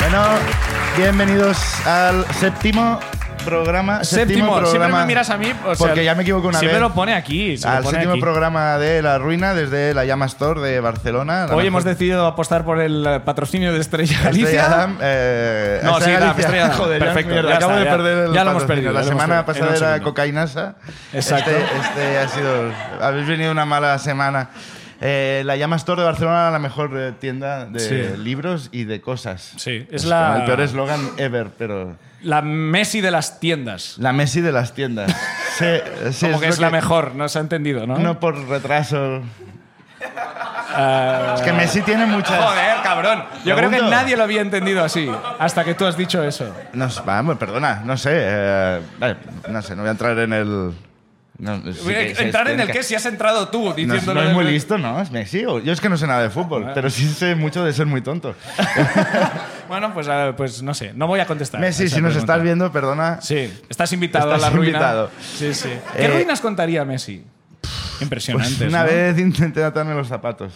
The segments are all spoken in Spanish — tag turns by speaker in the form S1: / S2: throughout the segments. S1: Bueno, bienvenidos al séptimo programa.
S2: Séptimo, siempre
S1: programa-
S2: me miras a mí. o sea,
S1: porque ya me equivoco una
S2: siempre
S1: vez.
S2: lo pone aquí. se lo
S1: Al
S2: pone
S1: séptimo
S2: aquí.
S1: programa de La Ruina desde la Llama Store de Barcelona. La
S2: Hoy hemos
S1: mejor-
S2: decidido apostar por el eh, patrocinio de Estrella Galicia.
S1: Estrella Damm, eh,
S2: No,
S1: Estrella
S2: sí, Damm,
S1: Galicia.
S2: Estrella Damm.
S1: Joder, ya,
S2: Perfecto,
S1: mierda,
S2: ya
S1: acabo
S2: está,
S1: de
S2: ya.
S1: perder el
S2: Ya lo hemos
S1: patrocinio.
S2: perdido,
S1: La
S2: ya lo hemos
S1: semana
S2: perdido, en un
S1: pasada era
S2: segundo.
S1: cocainasa.
S2: Exacto.
S1: Este, este ha sido. Habéis venido una mala semana. Eh, la Llama Store de Barcelona, la mejor eh, tienda de
S2: Sí.
S1: libros y de cosas.
S2: Sí, es
S1: como
S2: la-
S1: el peor eslogan ever, pero.
S2: La Messi de las tiendas.
S1: La Messi de las tiendas. Sí, sí,
S2: Como que
S1: lo
S2: es la mejor, no se ha entendido, ¿no?
S1: No por retraso.
S2: Eh,
S1: Es que Messi tiene muchas.
S2: Joder, cabrón. Yo creo que
S1: Segundo.
S2: nadie lo había entendido así, hasta que tú has dicho eso.
S1: No sé, vamos, perdona, no sé. eh, vale, no sé, no voy a entrar en el. no, sí que- sí,
S2: Entrar
S1: es
S2: en el
S1: que-
S2: qué si has entrado tú
S1: No, es-
S2: diciendo
S1: no
S2: lo
S1: es
S2: del-
S1: muy listo, ¿no? Es Messi. o- Yo es que no sé nada de
S2: Ah.
S1: fútbol, pero sí sé mucho de ser muy tonto.
S2: Bueno, pues, ah, pues no sé, no voy a contestar. a
S1: Messi,
S2: esa
S1: si nos
S2: pregunta.
S1: estás viendo, perdona. pues
S2: Sí, estás invitado
S1: Estás
S2: a la ruina.
S1: invitado.
S2: Sí, sí. ¿Qué
S1: Eh,
S2: ruinas contaría Messi? Impresionantes.
S1: Pues una
S2: ¿no?
S1: vez intenté atarme los zapatos,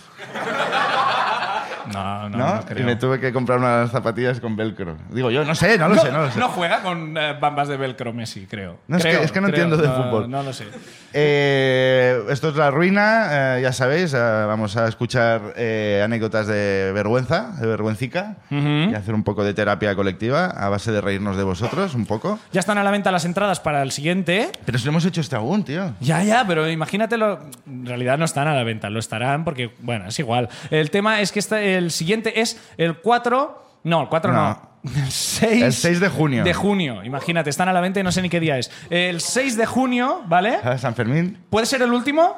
S2: No, no,
S1: ¿no?
S2: no, creo.
S1: y me tuve que comprar unas zapatillas con velcro. Digo yo, no sé, no lo sé, no lo sé.
S2: no juega con eh, bambas de velcro Messi, creo.
S1: No, es que-
S2: Creo,
S1: es que no
S2: creo.
S1: entiendo de fútbol.
S2: No lo sé.
S1: Eh, esto es La Ruina, eh, ya sabéis, eh, vamos a escuchar eh, anécdotas de vergüenza, de vergüencica, y hacer un poco de terapia colectiva a base de reírnos de vosotros un poco.
S2: Ya están a la venta las entradas para el siguiente.
S1: Pero si no hemos hecho este aún, tío.
S2: Ya, ya, pero imagínatelo. En realidad no están a la venta, lo estarán porque, bueno, es igual. El tema es que esta- el siguiente es el 4. No, el 4 no.
S1: No.
S2: El 6,
S1: El 6 de junio.
S2: De junio, imagínate, están a la venta y no sé ni qué día es. El 6 de junio, ¿vale?
S1: Ah, San Fermín,
S2: ¿Puede ser el último?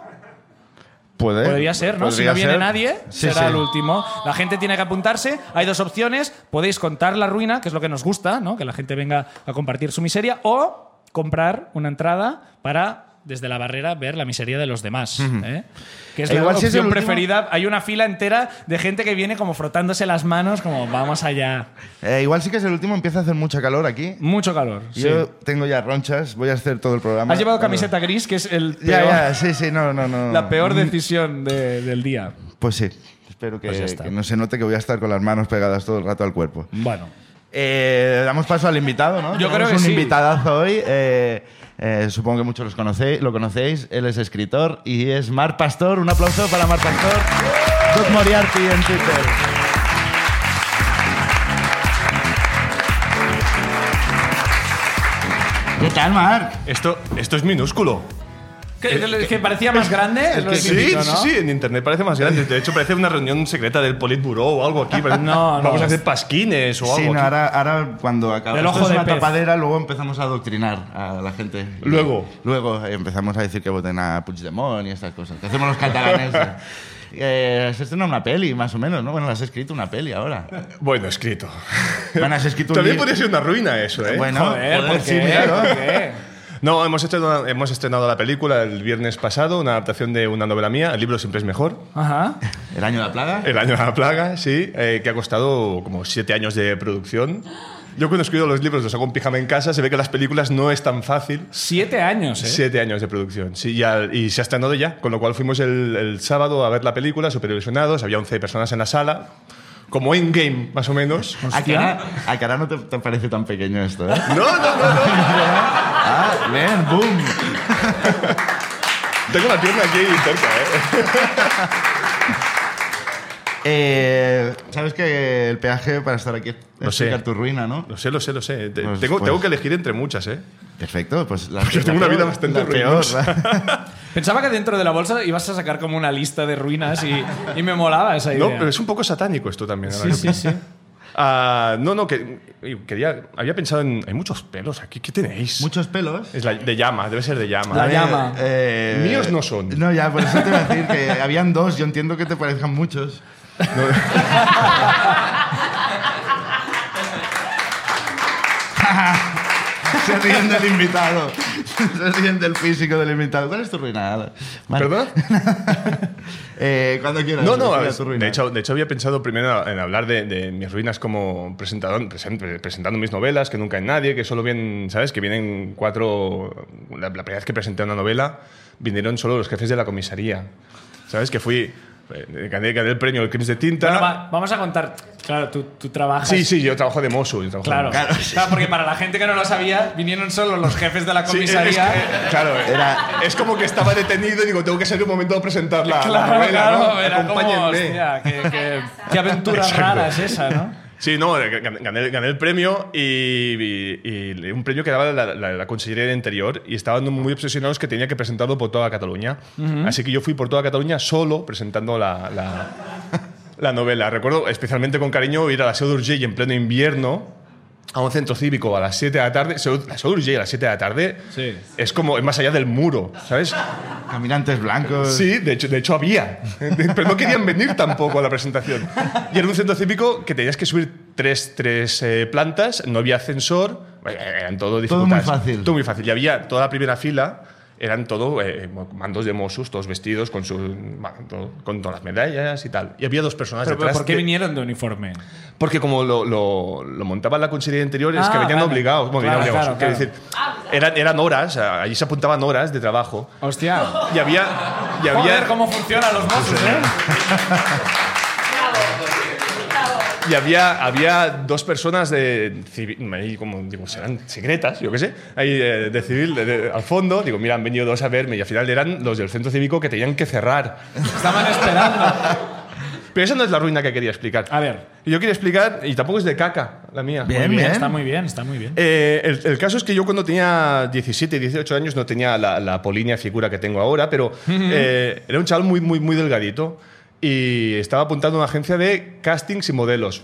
S1: puede.
S2: Podría ser, ¿no? si
S1: ¿Eh? Podría
S2: no viene
S1: ser.
S2: nadie,
S1: Sí,
S2: será
S1: sí.
S2: el último. La gente tiene que apuntarse. Hay dos opciones. Podéis contar la ruina, que es lo que nos gusta, ¿no? Que la gente venga a compartir su miseria. O comprar una entrada para desde la barrera ver la miseria de los demás. ¿eh? Que es
S1: E
S2: la
S1: igual si
S2: opción
S1: es el último-
S2: preferida. Hay una fila entera de gente que viene como frotándose las manos, como vamos allá.
S1: Eh, igual sí que es el último, empieza a hacer mucha calor aquí.
S2: Mucho calor. sí.
S1: Yo tengo ya ronchas, voy a hacer todo el programa.
S2: Has llevado
S1: Bueno,
S2: camiseta gris, que es el
S1: Ya,
S2: peor-
S1: ya, sí, sí, no, no, no.
S2: la peor decisión de- del día.
S1: Pues sí, espero que-
S2: Pues ya está.
S1: que no se note que voy a estar con las manos pegadas todo el rato al cuerpo.
S2: Bueno.
S1: Eh, damos paso al invitado, ¿no?
S2: Yo
S1: Tenemos
S2: creo que
S1: un
S2: sí.
S1: invitadazo hoy. eh, eh, supongo que muchos los conocéis, lo conocéis. Él es escritor y es Mar Pastor. Un aplauso para Mar Pastor. Doc Moriarty en Twitter. ¿Qué tal, Mar?
S3: Esto, esto es minúsculo.
S2: Que, que parecía más grande.
S1: eh,
S2: es lo que
S3: sí,
S2: digo, ¿no?
S3: sí, sí, en internet parece más grande. De hecho, parece una reunión secreta del Politburó o algo aquí. Parece-
S2: No, no.
S3: Vamos a hacer pasquines o
S1: Sí,
S3: algo.
S1: no,
S3: aquí.
S1: ahora, ahora cuando acabamos
S2: Del ojo de
S1: la
S2: pez.
S1: tapadera, luego empezamos a adoctrinar a la gente.
S3: Luego.
S1: Luego eh, empezamos a decir que voten a Puigdemont y estas cosas. que hacemos los catalanes? eh. Eh, has estrenado una peli, más o menos, ¿no? Bueno, has escrito una peli ahora.
S3: Bueno, escrito.
S1: Bueno, has escrito un
S3: También
S1: libro.
S3: podría ser una ruina eso, ¿eh?
S1: Bueno,
S2: Joder,
S1: joder,
S2: ¿por
S1: sí,
S2: qué?
S1: mira, ¿no?
S2: ¿Por qué?
S3: No, hemos, hecho una- hemos estrenado la película el viernes pasado, una adaptación de una novela mía. El libro siempre es mejor.
S2: Ajá.
S1: El año de la plaga.
S3: El año de la plaga, sí, eh, que ha costado como siete años de producción. Yo cuando escribo los libros los hago en pijama en casa, se ve que las películas no es tan fácil.
S2: Siete años, ¿eh?
S3: Siete años de producción, sí, y, al- y se ha estrenado ya, con lo cual fuimos el, el sábado a ver la película, super ilusionados, había 11 personas en la sala, como in-game, más o menos.
S1: A Ah, que ahora- a que ahora no te, te parece tan pequeño esto, ¿eh?
S3: No, no, no, no.
S1: Ah, ven, boom.
S3: Tengo la pierna aquí cerca, ¿eh?
S1: Eh, Sabes que el peaje para estar aquí es
S3: Lo sé.
S1: explicar tu ruina, ¿no?
S3: Lo sé, lo sé, lo sé. Te-
S1: Pues,
S3: tengo,
S1: pues.
S3: tengo que elegir entre muchas, ¿eh?
S1: Perfecto, pues la,
S3: Yo tengo
S1: la
S3: una vida
S1: peor-
S3: bastante
S1: la peor,
S3: ruinosa.
S1: la-
S2: Pensaba que dentro de la bolsa ibas a sacar como una lista de ruinas y, y me molaba esa idea.
S3: No, pero es un poco satánico esto también. ahora
S2: Sí,
S3: que
S2: sí, sí.
S3: Ah, no, no, que, eh, quería, había pensado en... Hay muchos pelos aquí, ¿qué tenéis?
S1: Muchos pelos.
S3: Es la- de llama, debe ser de llama.
S2: La
S3: A ver,
S2: llama.
S1: Eh,
S3: Míos no son.
S1: No, ya, por eso te iba a decir que habían dos. Yo entiendo que te parezcan muchos. Se ríen del invitado. Se ríen del físico del invitado. ¿Cuál es tu ruina? Ala? Vale.
S3: ¿Perdona?
S1: Eh, cuando quieras.
S3: No, no,
S1: cuál
S3: a
S1: es tu
S3: ver,
S1: ruina.
S3: de hecho, de hecho había pensado primero en hablar de, de mis ruinas como presentador, presen- presentando mis novelas, que nunca hay nadie, que solo vienen, ¿sabes? Que vienen cuatro... La, la primera vez que presenté una novela vinieron solo los jefes de la comisaría, ¿sabes? Que fui... eh, gané, gané el premio del Crims de Tinta.
S2: Bueno, va- vamos a contar. Claro, tú, tú trabajas.
S3: Sí, sí, yo trabajo de Mosu. yo trabajo de
S2: Claro.
S3: Mosu.
S2: Ah, porque para la gente que no lo sabía, vinieron solo los jefes de la
S3: Sí, es, es-
S2: comisaría.
S3: eh, claro, eh,
S1: Era-
S3: es como que estaba detenido y digo, tengo que salir un momento a presentar la, la
S2: claro,
S3: novela,
S2: claro,
S3: ¿no?
S2: era como,
S3: Acompáñenme.
S2: hostia, qué, qué- qué aventura rara es esa, ¿no?
S3: Sí, no, gan- gané, gané el premio y, y- y un premio que daba la, la- la Consellería de Interior y estaban muy obsesionados que tenía que presentarlo por toda Cataluña. Así que yo fui por toda Cataluña solo presentando la, la- la novela. Recuerdo especialmente con cariño ir a la Seu d'Urgell en pleno invierno a un centro cívico a las 7 de la tarde. Seu- La Seu d'Urgell a las 7 de la tarde
S2: Sí.
S3: es como es más allá del muro, ¿sabes?
S1: Caminantes blancos.
S3: Sí, de hecho, de hecho había. Pero no querían venir tampoco a la presentación. Y era un centro cívico que tenías que subir tres, tres eh, plantas, no había ascensor, eh, eran todo dificultades.
S1: muy fácil.
S3: Todo muy fácil. Y había toda la primera fila, eran todo eh, mandos de Mossos, todos vestidos con, sus ma- to- con todas las medallas y tal. Y había dos personas
S2: Pero, pero
S3: detrás.
S2: ¿por qué
S3: de-
S2: vinieron de uniforme?
S3: porque como lo, lo, lo montaba la Consejería de Interior, es
S2: Ah,
S3: que venían
S2: vale.
S3: obligados. Bueno,
S2: Claro,
S3: venían obligados.
S2: claro,
S3: Quiero decir, eran, eran horas, allí se apuntaban horas de trabajo.
S2: Hostia.
S3: Y había... Y había
S2: Joder, cómo funcionan los mozos, ¿eh?
S3: Y había, había dos personas de civil, ahí como, digo, serán secretas, yo qué sé, ahí eh, de civil de- de- al fondo. Digo, mira, han venido dos a verme y al final eran los del centro cívico que tenían que cerrar.
S2: Estaban esperando.
S3: Pero esa no es la ruina que quería explicar.
S2: A ver.
S3: Yo quería explicar, y tampoco es de caca la mía.
S1: Bien,
S2: Muy
S1: bien.
S2: Está muy bien, está muy bien.
S3: Eh, el, el caso es que yo cuando tenía 17, 18 años no tenía la, la polínea figura que tengo ahora, pero eh, era un chaval muy, muy, muy delgadito y estaba apuntando a una agencia de castings y modelos.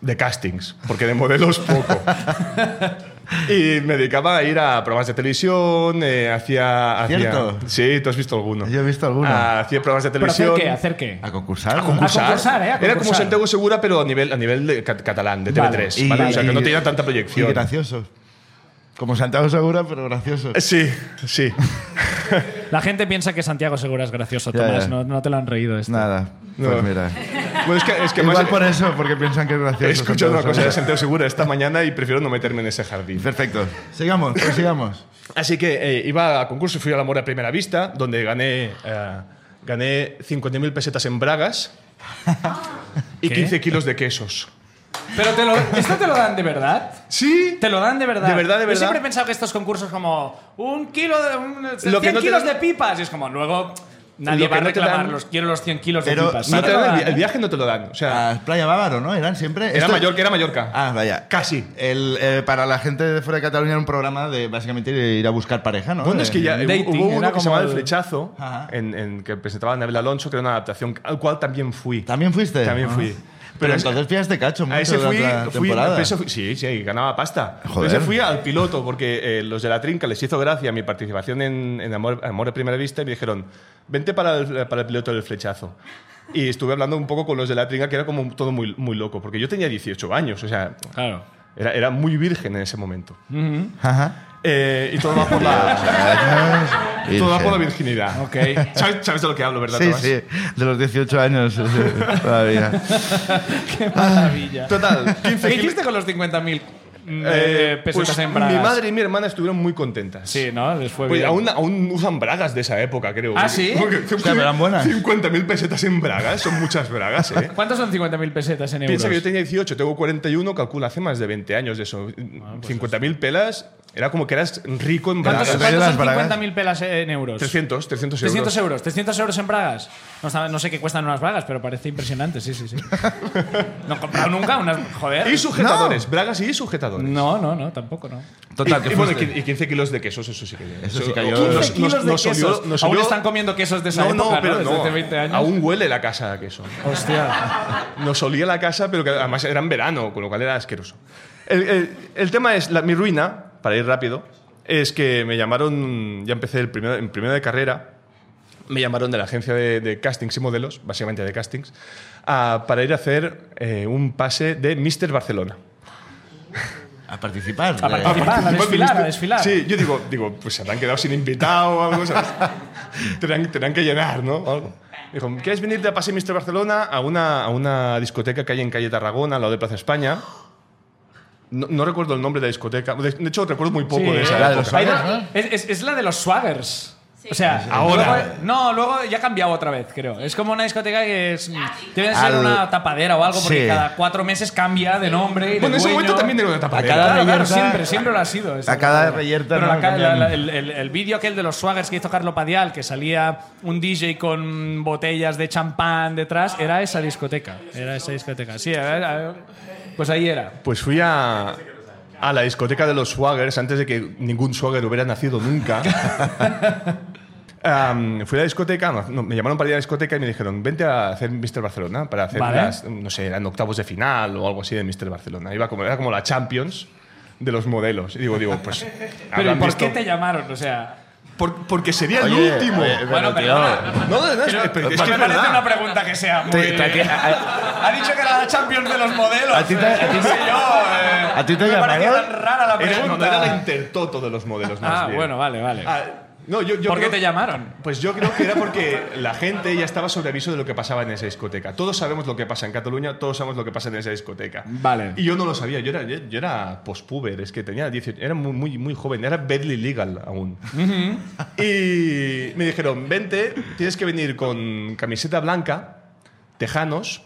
S3: De castings, porque de modelos poco. y me dedicaba a ir a programas de televisión, eh, hacía, hacía-
S1: ¿Cierto?
S3: Sí, tú has visto alguno.
S1: Yo he visto alguno.
S3: Ah, hacía programas de
S2: ¿Pero
S3: televisión.
S2: hacer qué? ¿Hacer qué?
S1: A concursar. ¿no?
S2: concursar. A concursar, ¿eh? A
S3: Era como
S2: concursar.
S3: Santiago Segura, pero a nivel, a nivel de cat- catalán, de
S2: Vale.
S3: TV3.
S1: Y-
S3: ¿vale? O sea, que no
S1: y-
S3: tenía tanta
S1: Y
S3: proyección.
S1: graciosos. Como Santiago Segura, pero graciosos.
S3: Sí, sí.
S2: La gente piensa que Santiago Segura es gracioso,
S1: Ya,
S2: Tomás.
S1: ya.
S2: No, no te lo han reído esto.
S1: Nada. Pues
S3: No.
S1: mira.
S3: Bueno, es que, es que
S1: Igual
S3: más-
S1: por eso, porque piensan que es gracioso.
S3: he escuchado una
S1: Santiago
S3: cosa de
S1: Segura.
S3: Santiago Segura esta mañana y prefiero no meterme en ese jardín.
S1: Perfecto. Sigamos, pues sigamos.
S3: Así que eh, iba a concurso y fui al amor a primera vista, donde gané, eh, gané 50.000 pesetas en bragas y
S2: ¿Qué?
S3: 15 kilos de quesos.
S2: Pero te lo, ¿esto te lo dan de verdad?
S3: ¿Sí?
S2: Te lo dan de verdad.
S3: De verdad, de
S2: Yo
S3: verdad.
S2: siempre he pensado que estos concursos como un kilo de un, 100
S3: Lo que no te
S2: kilos
S3: dan-
S2: de pipas y es como luego nadie
S3: Lo que
S2: va a
S3: no te
S2: reclamar
S3: dan-
S2: los quiero los 100 kilos
S1: Pero
S2: de pipas.
S1: no
S3: No
S2: Sí
S3: te
S2: lo
S3: dan el,
S2: dan,
S3: vi- el
S2: ¿eh?
S3: viaje no te lo dan. O sea,
S1: A Playa Bávaro, ¿no? Eran siempre.
S3: era,
S1: Esto-
S3: Mallorca, era Mallorca.
S1: Ah, vaya.
S3: Casi.
S1: El, eh, para la gente de fuera de Cataluña era un programa de básicamente ir a buscar pareja, ¿no? Eh,
S3: Bueno, es que ya
S2: El
S3: hubo-
S2: dating,
S3: hubo
S2: era
S3: uno que
S2: como
S3: se llamaba El
S2: el-
S3: Flechazo,
S1: Ajá.
S3: en, en que presentaba a Anabel Alonso, que era una adaptación al cual también fui.
S1: ¿También fuiste?
S3: También
S1: Ah.
S3: fui.
S1: Pero,
S3: Pero es-
S1: entonces pillaste cacho mucho
S3: A ese fui,
S1: durante la
S3: fui,
S1: temporada.
S3: a ese fui- sí, sí, ganaba pasta.
S1: Joder.
S3: Ese fui al piloto porque eh, los de la trinca les hizo gracia mi participación en, en Amor, Amor a Primera Vista y me dijeron, vente para el, para el piloto del flechazo. Y estuve hablando un poco con los de la trinca que era como todo muy, muy loco, porque yo tenía 18 años, o sea,
S2: Claro.
S3: era, era muy virgen en ese momento.
S1: Ajá.
S3: Eh, y todo va por la, todo va por la
S1: Virgen.
S3: virginidad.
S2: Ok.
S3: ¿Sabes, sabes de lo que hablo, ¿verdad?
S1: Sí,
S3: Tomás?
S1: sí, de los 18 años sí, sí, todavía.
S3: Ah.
S2: Qué maravilla.
S3: Total,
S2: ¿Qué
S3: 15 kil-
S2: hiciste con los 50.000 mm,
S3: Eh,
S2: eh, pesetas
S3: pues
S2: en bragas?
S3: Mi madre y mi hermana estuvieron muy contentas.
S2: Sí, ¿no? Les fue
S3: Pues
S2: bien.
S3: aún, aún usan bragas de esa época, creo.
S2: ¿Ah, sí?
S3: Porque
S1: Hostia, pero eran buenas.
S3: 50.000 pesetas en bragas, son muchas bragas, ¿eh?
S2: ¿Cuántos son 50.000 pesetas en euros?
S3: Piensa que yo tenía 18, tengo 41, calcula, hace más de 20 años de eso. 50.000 pues pelas, era como que eras rico en
S2: ¿Cuántos,
S3: bragas.
S1: El rey de
S2: cuántos
S1: las
S2: son
S1: bragas.
S2: 50.000 pelas en euros?
S3: 300, 300 euros.
S2: 300 euros. 300 euros en bragas. No, sabe- no sé qué cuestan unas bragas, pero parece impresionante. Sí, sí, sí. No he comprado nunca unas. Joder.
S3: Y sujetadores, bragas y sujetadores.
S2: No, no, no, tampoco, no.
S1: Total,
S3: y,
S1: que
S3: y bueno,
S1: fuiste.
S3: y 15 kilos de quesos, eso sí que.
S1: Eso sí cayó.
S2: 15 kilos de quesos.
S3: nos
S2: Aún
S3: olió-
S2: están comiendo quesos de esa
S3: No,
S2: época,
S3: no, pero
S2: Desde
S3: no.
S2: hace 20 años.
S3: Aún huele la casa a queso.
S2: Hostia.
S3: Nos olía la casa, pero que además era en verano, con lo cual era asqueroso. El, el- el tema es, la- mi ruina, para ir rápido, es que me llamaron, ya empecé el primero, en primero de carrera, me llamaron de la agencia de, de castings y modelos, básicamente de castings, a- para ir a hacer eh, un pase de Mister Barcelona.
S1: A participar. Eh,
S2: A
S1: de-
S2: participar. a
S3: Participó en
S2: Ah, desfilar,
S3: Mister-
S2: a desfilar.
S3: Sí, yo digo, digo pues se habrán quedado sin invitado o algo, ¿sabes? tendrán, tendrán que llenar, ¿no? O algo. Dijo, ¿quieres venirte a pase Mister Barcelona a una, a una discoteca que hay en calle Tarragona, al lado de Plaza España? No, no recuerdo el nombre de la discoteca. De, de hecho, recuerdo muy poco
S2: Sí, Ah,
S3: de
S1: la
S3: esa
S1: de
S3: época.
S1: los
S2: Hay
S1: Swaggers,
S2: dos- es, es- es la de los swaggers. O sea,
S3: Ahora.
S2: luego- no, luego ya ha cambiado otra vez, creo. Es como una discoteca que es, debe de ser
S1: Al-
S2: una tapadera o algo, porque
S1: Sí.
S2: cada cuatro meses cambia de nombre. Y de
S3: Bueno, en ese
S2: dueño.
S3: momento también tengo una etapa.
S4: A
S3: de-
S4: cada
S2: Claro, claro,
S4: reyerta-
S2: siempre, siempre lo ha sido.
S1: A cada reyerta, ¿no?
S2: Pero la ca-
S1: Cambian.
S2: la- la- el, el- el vídeo aquel de los swaggers que hizo Carlo Padial, que salía un DJ con botellas de champán detrás, era esa discoteca. Era esa discoteca. Sí, a ver, a ver, pues ahí era.
S3: Pues fui a, a la discoteca de los Swaggers antes de que ningún Swagger hubiera nacido nunca. Am, fui a la discoteca, no, no, me llamaron para ir a la discoteca y me dijeron, vente a hacer Mr. Barcelona para hacer
S2: Vale.
S3: las- no sé, eran octavos de final o algo así de Mr. Barcelona. Iba como, era como la Champions de los modelos. Y digo, digo, pues...
S2: Pero ¿y
S3: habrán
S2: ¿por
S3: visto-
S2: qué te llamaron? O sea.
S3: Por- porque sería el
S1: Oye,
S3: último.
S1: oye, pero,
S2: Bueno,
S1: tío, eh,
S2: perdona.
S3: no, no,
S2: Pero-
S3: no, es, es- es
S2: me
S3: que es
S2: parece
S3: verdad.
S2: una pregunta que sea muy...
S1: Te- te-
S2: ha dicho que era la Champions de los modelos.
S1: A ti te- a ti-
S2: No sé yo, eh,
S1: ¿A ti te
S2: me parece
S1: llamaron?
S2: tan rara la
S3: Era, no,
S2: pregunta.
S3: era la intertoto de los modelos más
S2: ah,
S3: bien.
S2: bueno, vale, vale.
S3: Ah, no, yo, yo
S2: ¿Por qué
S3: creo-
S2: te llamaron?
S3: Pues yo creo que era porque la gente ya estaba sobre aviso de lo que pasaba en esa discoteca. Todos sabemos lo que pasa en Cataluña, todos sabemos lo que pasa en esa discoteca.
S2: Vale.
S3: Y yo no lo sabía, yo era, yo, yo era post-puber, es que tenía 18, era muy, muy, muy joven, era barely legal aún. y me dijeron, vente, tienes que venir con camiseta blanca, tejanos,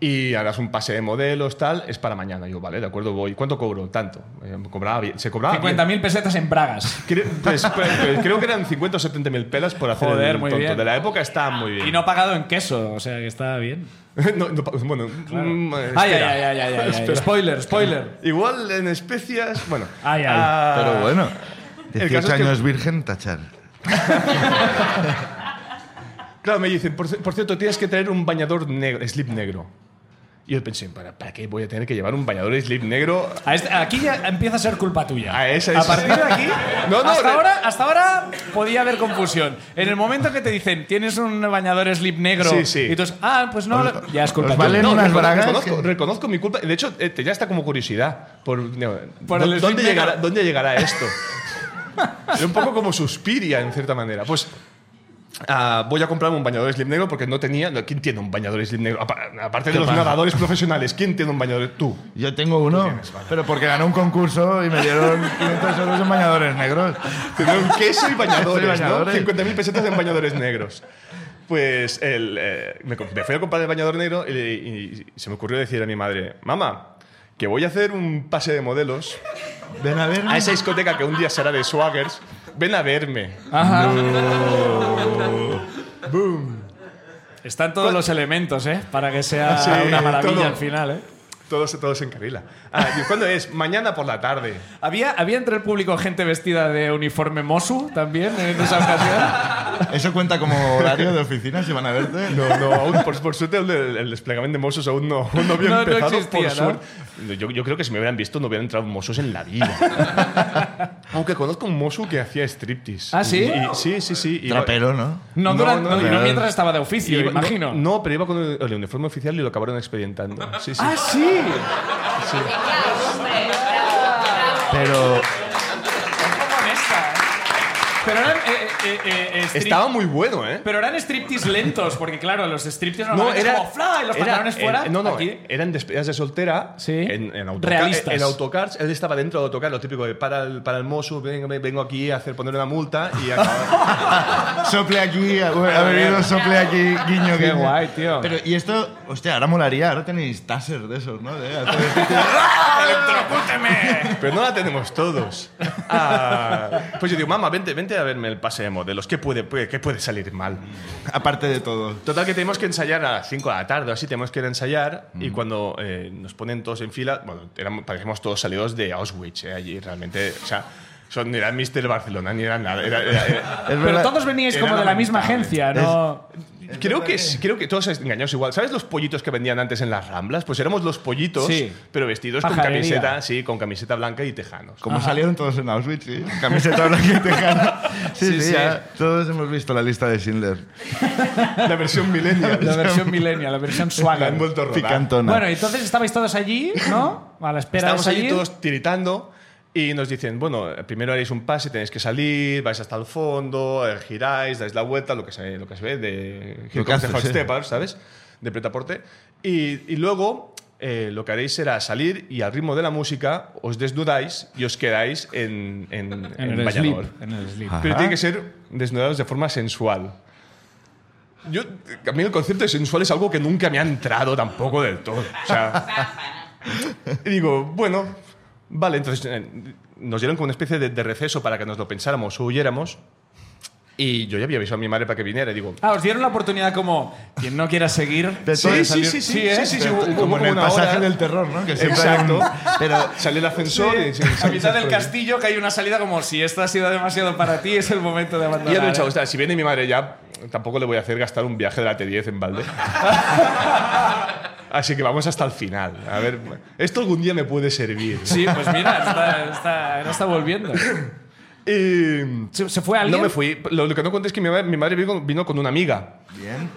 S3: y harás un pase de modelos, tal, es para mañana. Y yo, vale, de acuerdo, voy. ¿Cuánto cobro? Tanto. Eh, cobraba bien- Se cobraba bien.
S2: 50.000 pesetas en Bragas.
S3: Creo, pues, pues, pues, creo que eran 50 o 70 mil pelas por hacer
S2: Joder,
S3: el
S2: muy
S3: tonto.
S2: bien.
S3: De la época está muy bien.
S2: Y no pagado en queso, o sea que está bien.
S3: No, no, bueno, mm, eh,
S2: Ay, ay,
S3: espera.
S2: ay, ay, ay, ay,
S3: Espera.
S2: Spoiler, spoiler.
S3: Igual en especias. Bueno.
S2: Ay, ay.
S3: ah,
S1: Pero bueno,
S3: El
S1: 18
S3: caso es que-
S1: años virgen, tachar.
S3: Claro, me dicen, por, c- por cierto, tienes que traer un bañador negro, slip negro. Y yo pensé, ¿para, ¿para qué voy a tener que llevar un bañador slip negro?
S2: A este- aquí ya empieza a ser culpa tuya.
S3: A esa es-
S2: partir de aquí,
S3: Ah, No, eh. no,
S2: hasta,
S3: no.
S2: ahora, hasta ahora podía haber confusión. En el momento que te dicen, tienes un bañador slip negro,
S3: Sí, sí.
S2: y tú, es, ah, pues no, lo- ya es culpa
S1: os
S2: tuya.
S1: valen unas
S3: recono-
S1: bragas
S3: reconozco,
S1: que-
S3: reconozco mi culpa. De hecho, eh, ya está como curiosidad. Por, no,
S2: Por
S3: ¿dó-
S2: el slip
S3: ¿dónde,
S2: negro.
S3: llegará, ¿Dónde llegará esto? Era un poco como suspiria, en cierta manera. Pues ah, voy a comprarme un bañador slip negro porque no tenía. no, ¿Quién tiene un bañador slip negro? Apa- Aparte de los
S1: pasa?
S3: nadadores profesionales, ¿quién tiene un bañador? Tú.
S1: Yo tengo uno, pero porque gané un concurso y me dieron 500 euros en bañadores negros.
S3: Tuvieron queso y bañadores,
S1: Queso y bañadores.
S3: ¿no? 50.000 pesetas en bañadores negros. Pues el, eh, me, co- me fui a comprar el bañador negro y, y- y se me ocurrió decir a mi madre, mamá, que voy a hacer un pase de modelos
S1: Ven a ver.
S3: a esa discoteca que un día será de Swaggers, ven a verme.
S2: Ajá. Están todos los elementos, ¿eh? Para que sea
S3: Sí,
S2: una maravilla
S3: todo.
S2: al final, ¿eh?
S3: Todos, todos en carrila. Ah, ¿y ¿Cuándo es? Mañana por la tarde.
S2: ¿Había, ¿Había entre el público gente vestida de uniforme Mosu también en esa ocasión?
S1: ¿Eso cuenta como horario de oficina si van a verte?
S3: No, no, aún, por, por suerte el, el desplegamiento de Mossos aún no, aún no había
S2: No, no
S3: empezado.
S2: existía,
S3: por
S2: ¿no?
S3: suerte. Yo, yo creo que si me hubieran visto no hubieran entrado Mossos en la vida. Aunque conozco un Mosu que hacía striptease.
S2: ¿Ah, sí?
S3: Y- y- sí, sí, sí. Iba-
S1: Trapero, ¿no?
S2: No,
S3: No,
S2: dura-
S3: no,
S2: no, y no
S1: no.
S2: mientras estaba de oficio,
S3: iba- no,
S2: imagino.
S3: No, pero iba con el, el uniforme oficial y lo acabaron expedientando. Sí, sí.
S2: ¡Ah, sí!
S1: Pero
S2: ¿eh? Pero eran, eh, eh, eh, eh, strip-
S3: Estaba muy bueno, ¿eh?
S2: pero eran striptease lentos, porque claro, los striptease normalmente es como fly, los
S3: era-
S2: pantalones fuera.
S3: eh, no, no,
S2: aquí-
S3: eran despedidas de soltera.
S2: Sí.
S3: En, en, autocar-
S2: Realistas.
S3: en autocars. Él estaba dentro de autocar, lo típico de para el, para el Mosu, vengo, vengo aquí a hacer poner una multa y acabar.
S1: sople aquí, ha ha venido sople aquí, guiño,
S2: Qué
S1: guiño.
S2: guay, tío.
S1: Pero, y esto, hostia, ahora molaría, ahora tenéis taser de esos, ¿no? De hacer-
S3: Pero no la tenemos todos. Ah, pues yo digo, mamá, vente, vente a verme el pase de modelos. ¿Qué puede, puede- qué puede salir mal?
S1: aparte de todo.
S3: Total, que tenemos que ensayar a las 5 de la tarde o así, tenemos que ir a ensayar. Y
S2: Mm.
S3: cuando eh, nos ponen todos en fila, bueno, éramos, parecíamos todos salidos de Auschwitz eh, allí, realmente. O sea, son, ni era Mister Barcelona, ni era nada. era- era- era-
S1: Es
S2: Pero
S1: verdad.
S2: todos veníais
S3: Era
S2: como de la misma
S3: lamentable.
S2: agencia, ¿no?
S3: creo, que, es- creo que todos engañados igual. ¿Sabes los pollitos que vendían antes en las ramblas? Pues éramos los pollitos,
S2: Sí.
S3: pero vestidos
S2: Pajarería.
S3: con camiseta, sí, con camiseta blanca y tejanos.
S1: Como salieron todos en Auschwitz, sí. Camiseta blanca y tejana. Sí,
S2: Sí,
S1: sí,
S2: sí.
S1: ya Todos hemos visto la lista de Schindler.
S3: La versión millennial.
S2: La versión millennial, la versión
S3: La
S2: swagger.
S3: han vuelto a rodar.
S1: Picantona.
S2: Bueno, entonces estabais todos allí, ¿no? A la espera
S3: Estamos
S2: de
S3: allí
S2: salir.
S3: todos tiritando y nos dicen, bueno, primero haréis un pase, tenéis que salir, vais hasta el fondo, eh, giráis, dais la vuelta, lo que se, lo que se ve de Here
S1: Lo que
S3: Comes the
S1: haces,
S3: Hot
S1: sí.
S3: Steppers, ¿sabes? De pretaporte. Y, y luego eh, lo que haréis será salir y al ritmo de la música os desnudáis y os quedáis en, en, en
S2: En el
S3: Valladolid.
S2: sleep. En el sleep.
S1: Ah.
S3: Pero
S1: Ajá.
S3: tiene que ser desnudados de forma sensual. Yo, a mí el concepto de sensual es algo que nunca me ha entrado tampoco del todo. O sea, y digo, bueno, vale, entonces eh, nos dieron como una especie de, de receso para que nos lo pensáramos o huyéramos. Y yo ya había avisado a mi madre para que viniera. Y digo,
S2: Ah, os dieron la oportunidad como quien no quiera seguir.
S1: De todo
S3: sí,
S1: de
S3: sí,
S1: salir-
S3: sí, sí, sí,
S2: ¿eh?
S3: sí, sí, hubo- hubo
S1: Como en el
S3: una
S1: pasaje
S3: hora-
S1: del terror, ¿no? Que siempre hay
S3: Exacto.
S1: un-
S3: pero sale el ascensor y...
S2: a mitad del castillo que hay una salida como si esto ha sido demasiado para ti, es el momento de
S3: Y
S2: abandonar.
S3: ya lo he dicho, "Ostras, si viene mi madre ya, tampoco le voy a hacer gastar un viaje de la T10 en balde. Así que vamos hasta el final. A ver, esto algún día me puede servir.
S2: Sí, pues mira, está, está, no está volviendo.
S3: Y-
S2: ¿Se, se fue alguien?
S3: no me fui. Lo, lo que no conté es que mi, ma- mi madre vino, vino con una amiga,
S1: Bien.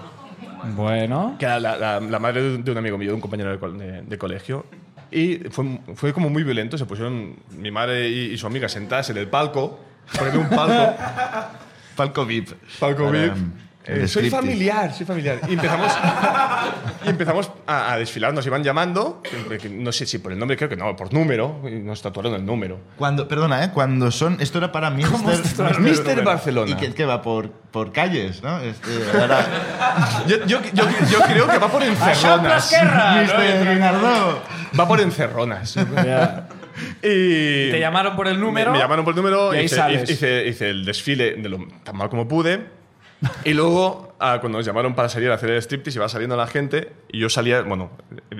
S2: Bueno.
S3: que era la, la- la madre de un- de un amigo mío, de un compañero de, co- de- de colegio. Y fue, fue como muy violento. Se pusieron mi madre y, y su amiga sentadas en el palco, poniendo un palco.
S1: Palco VIP.
S3: Palco
S1: Para,
S3: VIP.
S1: um,
S3: Eh,
S1: el
S3: soy
S1: striptease.
S3: familiar, soy familiar. Y empezamos, y empezamos a, a desfilar, nos iban llamando, que- que no sé si por el nombre, creo que no, por número, y nos tatuaron el número.
S1: Cuando, perdona, ¿eh? Cuando son... Esto era para Mister...
S3: tatuaron el número?
S1: Y que, que va por, por calles, ¿no? Este, ahora,
S3: Yo, yo- yo- yo creo que va por encerronas.
S1: Mister
S3: ¿eh?
S1: Guinardó.
S3: Va por encerronas. Y
S2: Te llamaron por el número.
S3: Me, me llamaron por el número,
S2: Y ahí
S3: hice,
S2: sales.
S3: hice- hice el desfile de lo tan mal como pude. Y luego, ah, cuando nos llamaron para salir a hacer el striptease, iba saliendo la gente y yo salía, bueno,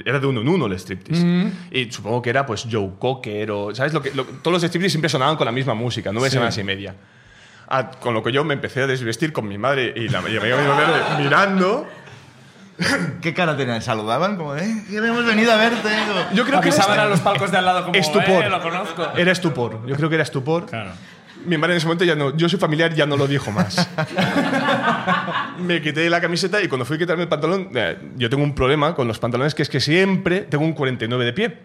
S3: era de uno en uno el striptease.
S2: Mm.
S3: Y supongo que era pues Joe Cocker o, ¿sabes? Lo que, lo- todos los striptease siempre sonaban con la misma música, nueve semanas y media. Ah, con lo que yo me empecé a desvestir con mi madre y la y la amiga de mi madre mirando.
S1: ¿Qué cara tenían? ¿Saludaban? Como, eh, que hemos venido a verte. Digo,
S3: Yo creo que
S2: Avisaban
S3: era-
S2: a los palcos de al lado como,
S3: Estupor.
S2: "Eh, lo conozco.
S3: Era estupor. Yo creo que era estupor.
S2: Claro.
S3: Mi madre en ese momento ya no, yo soy familiar, ya no lo dijo más. me quité la camiseta y cuando fui a quitarme el pantalón, eh, yo tengo un problema con los pantalones que es que siempre tengo un 49 de pie.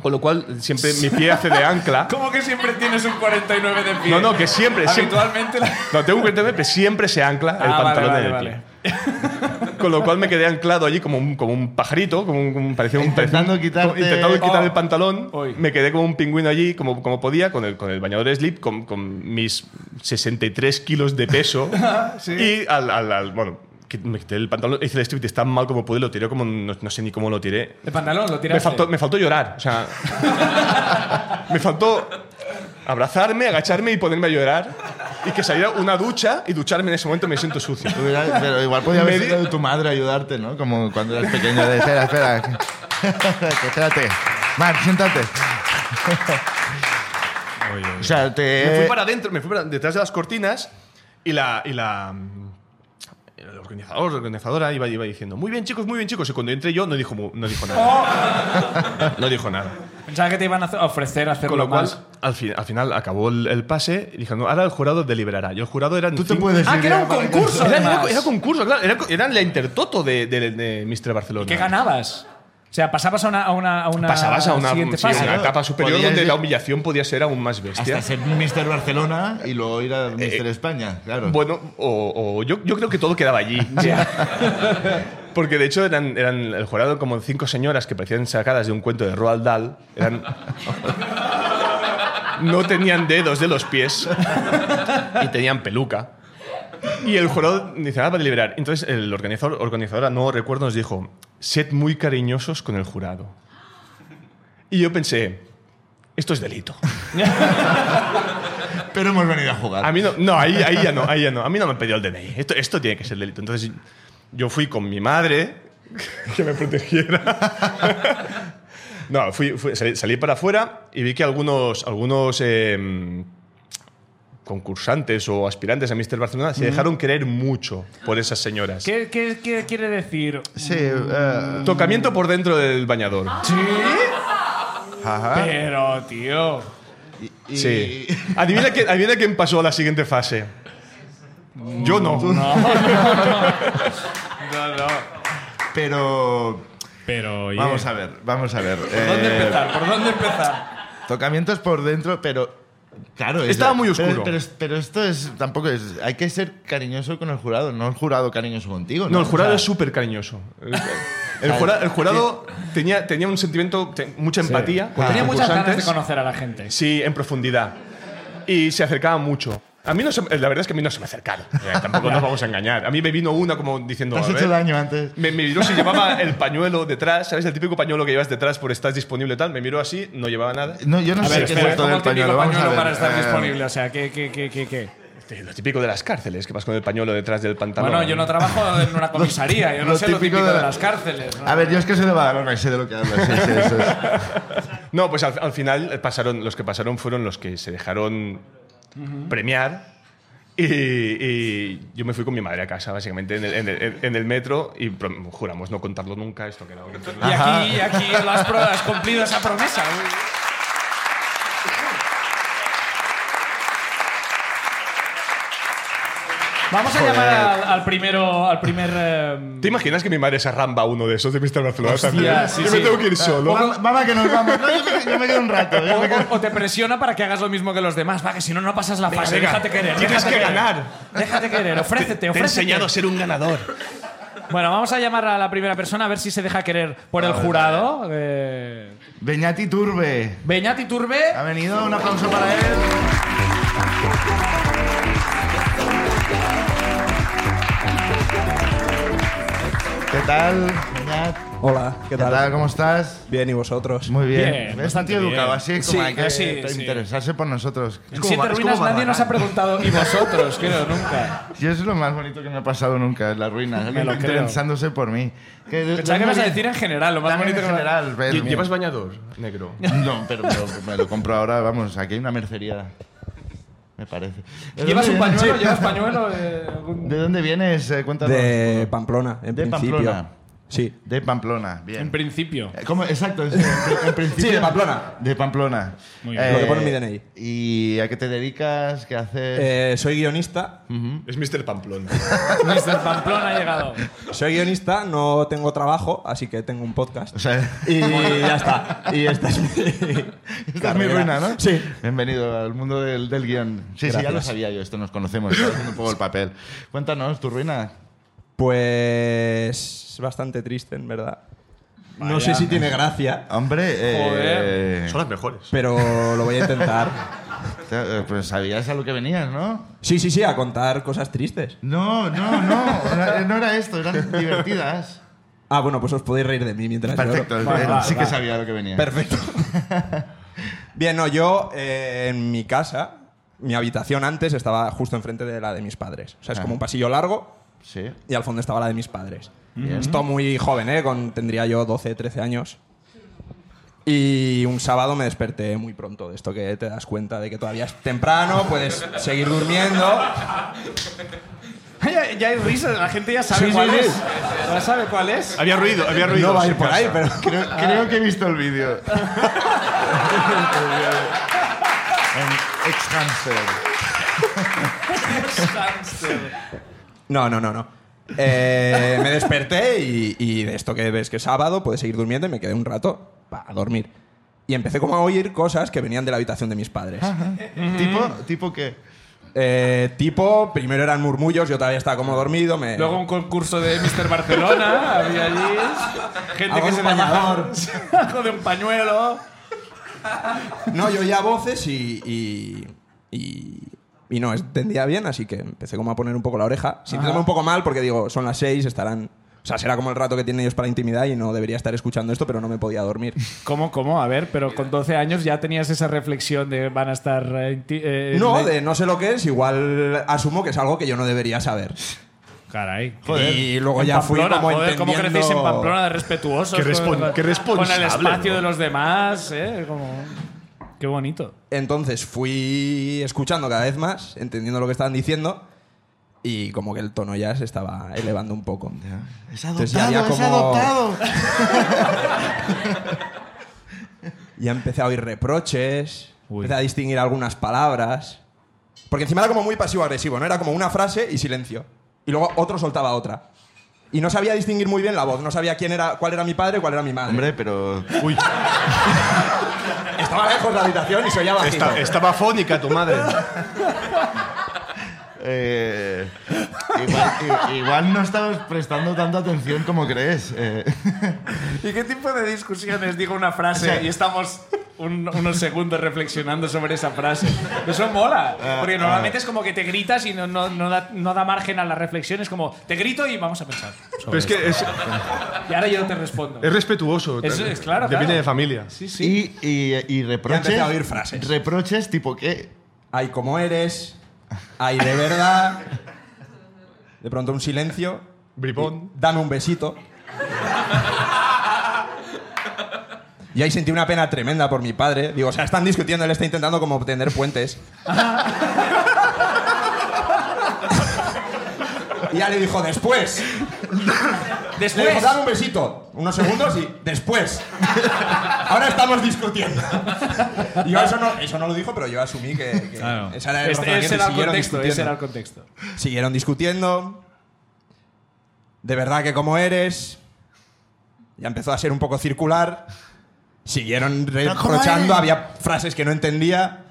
S3: Con lo cual siempre mi pie hace de ancla.
S2: ¿Cómo que siempre tienes un 49 de pie?
S3: No, no, que siempre, siempre.
S2: Habitualmente la-
S3: No, tengo un 49, pero siempre se ancla el
S2: Ah, vale,
S3: pantalón
S2: vale,
S3: en el
S2: vale.
S3: pie. Con lo cual me quedé anclado allí como un, como un pajarito, como un, como un- parecía un
S1: Intentando
S3: parecía un-
S1: quitarte-
S3: como intentando quitar
S2: Oh.
S3: el pantalón.
S2: Uy.
S3: Me quedé como un pingüino allí, como, como podía, con el, con el bañador slip, con, con mis 63 kilos de peso. Y al, al- al- bueno, que- me quité el pantalón, hice el striptease tan mal como pude, lo tiré como no, no sé ni cómo lo tiré.
S2: El pantalón lo
S3: Me
S2: tiraste.
S3: faltó, me faltó llorar, o sea, me faltó abrazarme, agacharme y ponerme a llorar y que saliera una ducha y ducharme en ese momento me siento sucio.
S1: hubiera- Pero igual podía haber
S3: Me di-
S1: sido de tu madre a ayudarte, ¿no? Como cuando eras pequeño. De, espera, espera. Espérate. Mar, siéntate. O sea,
S3: Me
S1: te...
S3: fui para adentro, me fui para detrás de las cortinas y la. Y la mm, el organizador, la organizadora iba, iba diciendo, muy bien chicos, muy bien chicos. Y cuando entré yo no dijo, mu- no dijo nada. No dijo nada.
S2: Pensaba que te iban a hacer- a ofrecer hacerlo
S3: Con lo cual,
S2: más.
S3: al, fin- al final acabó el, el pase y dijo, no, ahora el jurado deliberará. Y el jurado era...
S1: Tú te puedes
S2: Ah,
S1: ir
S2: que era
S1: ya
S2: un
S1: para
S2: concurso.
S3: Era, era-
S2: además.
S3: era concurso, claro. Era, era la intertoto de, de, de Mr. Barcelona.
S2: ¿Qué ganabas? O sea, pasabas a una, a una, a una
S3: Pasabas a una,
S2: siguiente
S3: sí,
S2: fase.
S3: una
S1: Claro.
S3: etapa superior
S1: Podías
S3: donde
S1: ir-
S3: la humillación podía ser aún más bestia.
S1: Hasta ser Mister Barcelona y luego ir
S3: Eh,
S1: a Mister España, claro.
S3: Bueno, o, o yo, yo creo que todo quedaba allí. Porque de hecho eran, eran el jurado como cinco señoras que parecían sacadas de un cuento de Roald Dahl. Eran- no tenían dedos de los pies y tenían peluca. Y el jurado dice, ah, para deliberar. Entonces el organizador, organizadora, no recuerdo, nos dijo, sed muy cariñosos con el jurado. Y yo pensé, esto es delito.
S1: Pero hemos venido a jugar.
S3: A mí no, no ahí, ahí ya no, ahí ya no. A mí no me han pedido el DNI. Esto, esto tiene que ser delito. Entonces yo fui con mi madre que me protegiera. no, fui, fui- salí, salí para afuera y vi que algunos, algunos em, concursantes o aspirantes a Mr. Barcelona se dejaron querer mucho por esas señoras.
S2: ¿Qué, qué, qué quiere decir?
S1: Sí, eh,
S3: Tocamiento por dentro del bañador.
S2: ¿Sí?
S1: ajá.
S2: Pero, tío.
S1: Y- y-
S3: Sí. Adivina, quién, adivina quién pasó a la siguiente fase. Yo no.
S2: No, no.
S1: Pero
S2: Pero, oye,
S1: vamos a ver, vamos a ver.
S2: ¿Por dónde
S1: Eh,
S2: empezar? ¿Por dónde empezar?
S1: Tocamientos por dentro, pero Claro,
S3: Estaba muy
S1: pero-
S3: oscuro.
S1: Pero, es- pero esto es. Tampoco es. Hay que ser cariñoso con el jurado, no el jurado cariñoso contigo. No,
S3: No, el jurado
S1: O sea,
S3: es súper cariñoso. El jurado, el jurado tenía, tenía un sentimiento, te- mucha empatía. con los
S2: Tenía muchas ganas de
S3: Ah, concursantes.
S2: conocer a la gente.
S3: Sí, en profundidad. Y se acercaba mucho. A mí no se- la verdad es que a mí no se me acercaron. Eh, tampoco nos vamos a engañar. A mí me vino una como diciendo.
S1: Te has
S3: "A ver".
S1: hecho daño antes.
S3: Me, me miró si llevaba el pañuelo detrás, ¿sabes? El típico pañuelo que llevas detrás por estás disponible y tal. Me miró así, no llevaba nada.
S1: No, yo no
S2: A
S1: sé
S2: ver,
S1: qué
S2: espera,
S1: es esto
S2: ¿cómo
S1: del
S2: el típico
S1: pañuelo. Vamos a
S2: pañuelo
S1: ver.
S2: para estar
S1: Eh,
S2: disponible? O sea, ¿qué, qué, qué, qué, qué?
S3: Lo típico de las cárceles, que vas con el pañuelo detrás del pantalón.
S2: Bueno, yo no trabajo en una comisaría, yo no
S1: Lo
S2: sé lo
S1: típico
S2: típico
S1: de
S2: de,
S1: la-
S2: las cárceles. ¿no?
S1: A ver, yo es que soy de Badalona y sé de lo que hablas. sí, sí, eso es.
S3: No, pues al, al final eh, pasaron, los que pasaron fueron los que se dejaron premiar. Y, y yo me fui con mi madre a casa, básicamente, en el, en el- en el metro y prom- juramos no contarlo nunca, esto que era un-
S2: Y aquí, y aquí lo has, pro- has cumplido esa promesa. Vamos a llamar al, al primero, al primer... eh,
S3: ¿Te imaginas que mi madre se arramba uno de esos de Mr. Barcelona también?
S2: sí,
S3: yo me
S2: sí.
S3: tengo que ir solo.
S1: Mamá, mamá, que nos vamos. No, yo, me, yo me quedo un rato.
S2: o,
S1: yo me quedo-
S2: o- o te presiona para que hagas lo mismo que los demás. Va, que si no, no pasas la fase.
S3: venga.
S2: déjate querer.
S3: Tienes
S2: déjate
S3: que
S2: querer.
S3: ganar.
S2: Déjate querer. Ofrécete, ofrécete.
S3: ser un ganador.
S2: Bueno, vamos a llamar a la primera persona a ver si se deja querer por el jurado. Eh,
S1: Beñati Turbe.
S2: Beñat Iturbe.
S1: Ha venido, un aplauso para él. ¿Qué tal, Beñat?
S4: Hola, ¿qué
S1: ¿Qué
S4: tal?
S1: tal? ¿Cómo estás?
S4: Bien, ¿y vosotros?
S1: Muy bien.
S2: Bien,
S1: ¿Ves?
S2: bastante
S1: Tío
S2: bien.
S1: educado, así como
S2: Sí,
S1: hay que
S2: sí, sí.
S1: interesarse por nosotros.
S2: En Siete Ruinas nadie nos ha preguntado, y vosotros, creo, nunca.
S1: Yo es lo más bonito que me ha pasado nunca, es la ruina. Alguien
S2: lo creo.
S1: interesándose por mí. Que-
S2: Pensaba que ibas a decir en general, lo más
S1: También
S2: bonito
S1: en
S2: que me-
S1: general. pero-
S3: ¿Llevas bañador negro?
S1: No, pero, pero me lo compro ahora, vamos, aquí hay una mercería. Me parece. ¿De
S2: ¿Llevas un
S1: dónde
S2: pañuelo?
S1: vienes?
S2: ¿Llevas pañuelo? Eh, algún-
S1: ¿De dónde vienes? Eh, Cuéntanos.
S4: De Pamplona, en
S1: De
S4: principio.
S1: Pamplona.
S4: Sí.
S1: De Pamplona, bien.
S2: En principio.
S1: Eh, ¿Cómo? Exacto, en, en principio.
S4: Sí, de Pamplona.
S1: De Pamplona. Eh,
S2: Muy bien.
S4: Lo que pone en mi DNI.
S1: ¿Y a qué te dedicas? ¿Qué haces?
S4: Eh, soy guionista.
S3: Mm. Es Mr. Pamplón.
S2: Mr. Pamplona ha llegado.
S4: Soy guionista, no tengo trabajo, así que tengo un podcast.
S1: O sea, esta
S4: Y ya está. Y esta es mi.
S1: es mi
S4: carrera.
S1: ruina, ¿no?
S4: Sí.
S1: Bienvenido al mundo del, del guión. Sí, sí, ya lo
S4: Gracias.
S1: sabía yo, esto nos conocemos, estaba haciendo un poco el papel. Cuéntanos tu ruina.
S4: Pues. Bastante triste, en verdad. No sé si tiene gracia,
S1: Hombre, eh,
S3: Son las mejores.
S4: pero lo voy a intentar.
S1: te- eh, pues sabías a lo que venías, ¿no?
S4: Sí, sí, sí, a contar cosas tristes.
S1: No, no, no, era- no era esto, eran divertidas.
S4: Ah, bueno, pues os podéis reír de mí mientras lloro.
S1: Perfecto,
S2: Va,
S1: eh,
S2: va,
S1: sí
S2: va.
S1: que sabía lo que venía.
S4: Perfecto. Bien, no, yo eh, en mi casa, mi habitación antes estaba justo enfrente de la de mis padres. O sea, es
S1: Ah.
S4: como un pasillo largo
S1: Sí.
S4: y al fondo estaba la de mis padres. Esto muy joven, ¿eh? Con, tendría yo 12, 13 años. Y un sábado me desperté muy pronto de esto que te das cuenta de que todavía es temprano, puedes seguir durmiendo.
S2: Ya, ya hay risas, la gente ya sabe
S4: Sí, sí,
S2: cuál
S4: sí.
S2: es. Ya sabe cuál es.
S3: Había ruido, había ruido.
S4: No va a ir por ahí, pero...
S1: Creo, creo que he visto el vídeo. en Ex Hamster.
S4: No, no, no, no. Eh, me desperté y, y de esto que ves que es sábado, puedes seguir durmiendo y me quedé un rato para dormir. Y empecé como a oír cosas que venían de la habitación de mis padres.
S1: ¿Tipo? ¿Tipo qué?
S4: Eh, tipo, primero eran murmullos, yo todavía estaba como dormido. Me...
S2: Luego un concurso de Mr. Barcelona, había allí. Gente
S4: Hago
S2: que
S4: un
S2: se
S4: bañador.
S2: dejaba abajo de un pañuelo.
S4: No, yo oía voces y, y, y- y no entendía bien, así que empecé como a poner un poco la oreja. Sintiéndome un poco mal porque digo, son las seis, estarán... O sea, será como el rato que tienen ellos para intimidad y no debería estar escuchando esto, pero no me podía dormir.
S2: ¿Cómo, cómo? A ver, pero con 12 años ya tenías esa reflexión de van a estar... eh, inti- eh,
S4: No,
S2: le-
S4: de no sé lo que es, igual asumo que es algo que yo no debería saber.
S2: Caray.
S4: Y luego
S2: En
S4: ya fui
S2: Pamplona,
S4: como
S2: joder, ¿cómo
S4: entendiendo-
S2: crecéis en Pamplona de respetuosos?
S3: Qué respon-
S2: con,
S3: qué
S2: Con el
S3: responsable,
S2: espacio
S3: ¿no?
S2: de los demás, ¿eh? Como- Qué bonito.
S4: Entonces fui escuchando cada vez más, entendiendo lo que estaban diciendo y como que el tono ya se estaba elevando un poco.
S1: Es
S4: Entonces ya había como- Ya empecé a oír reproches,
S2: Uy.
S4: empecé a distinguir algunas palabras. Porque encima era como muy pasivo-agresivo, ¿no? Era como una frase y silencio. Y luego otro soltaba otra. Y no sabía distinguir muy bien la voz, no sabía quién era, cuál era mi padre, cuál era mi madre.
S1: Hombre, pero.
S3: Uy,
S4: Estaba lejos la habitación y se oía bajito.
S3: Esta- estaba fónica tu madre.
S1: Eh, igual, i- igual no estabas prestando tanta atención como crees. eh.
S2: ¿Y qué tipo de discusiones? Digo una frase y estamos un- unos segundos reflexionando sobre esa frase. Eso
S4: Ah,
S2: mola. Porque normalmente es como que te gritas y no, no- no da, no da margen a la reflexión. Es como, te grito y vamos a pensar.
S3: Pero es que es,
S2: Y ahora yo te respondo.
S3: es respetuoso.
S2: Eso es, claro,
S3: Depende
S2: claro.
S3: de familia.
S2: Sí, sí.
S1: Y, y- y reproches.
S4: Ya empecé a oír frases.
S1: Reproches tipo qué.
S4: Ay, como eres. Ay, de verdad. De pronto un silencio.
S3: Bribón.
S4: Dame un besito. Y ahí sentí una pena tremenda por mi padre. Digo, o sea, están discutiendo, él está intentando como obtener puentes. y ya le dijo, después. Le dijo,
S2: Después,
S4: dame un besito. Unos segundos y después. Ahora estamos discutiendo. Y yo eso no, eso no lo dijo, pero yo asumí que, que
S2: Claro.
S4: ese era el
S2: Este-
S4: razonamiento
S2: ese
S4: y
S2: era el
S4: siguieron
S2: contexto, ese era el
S4: discutiendo.
S2: contexto.
S4: Siguieron discutiendo. De verdad que como eres. Ya empezó a ser un poco circular. Siguieron
S1: cómo
S4: reprochando,
S1: eres?
S4: había frases que no entendía.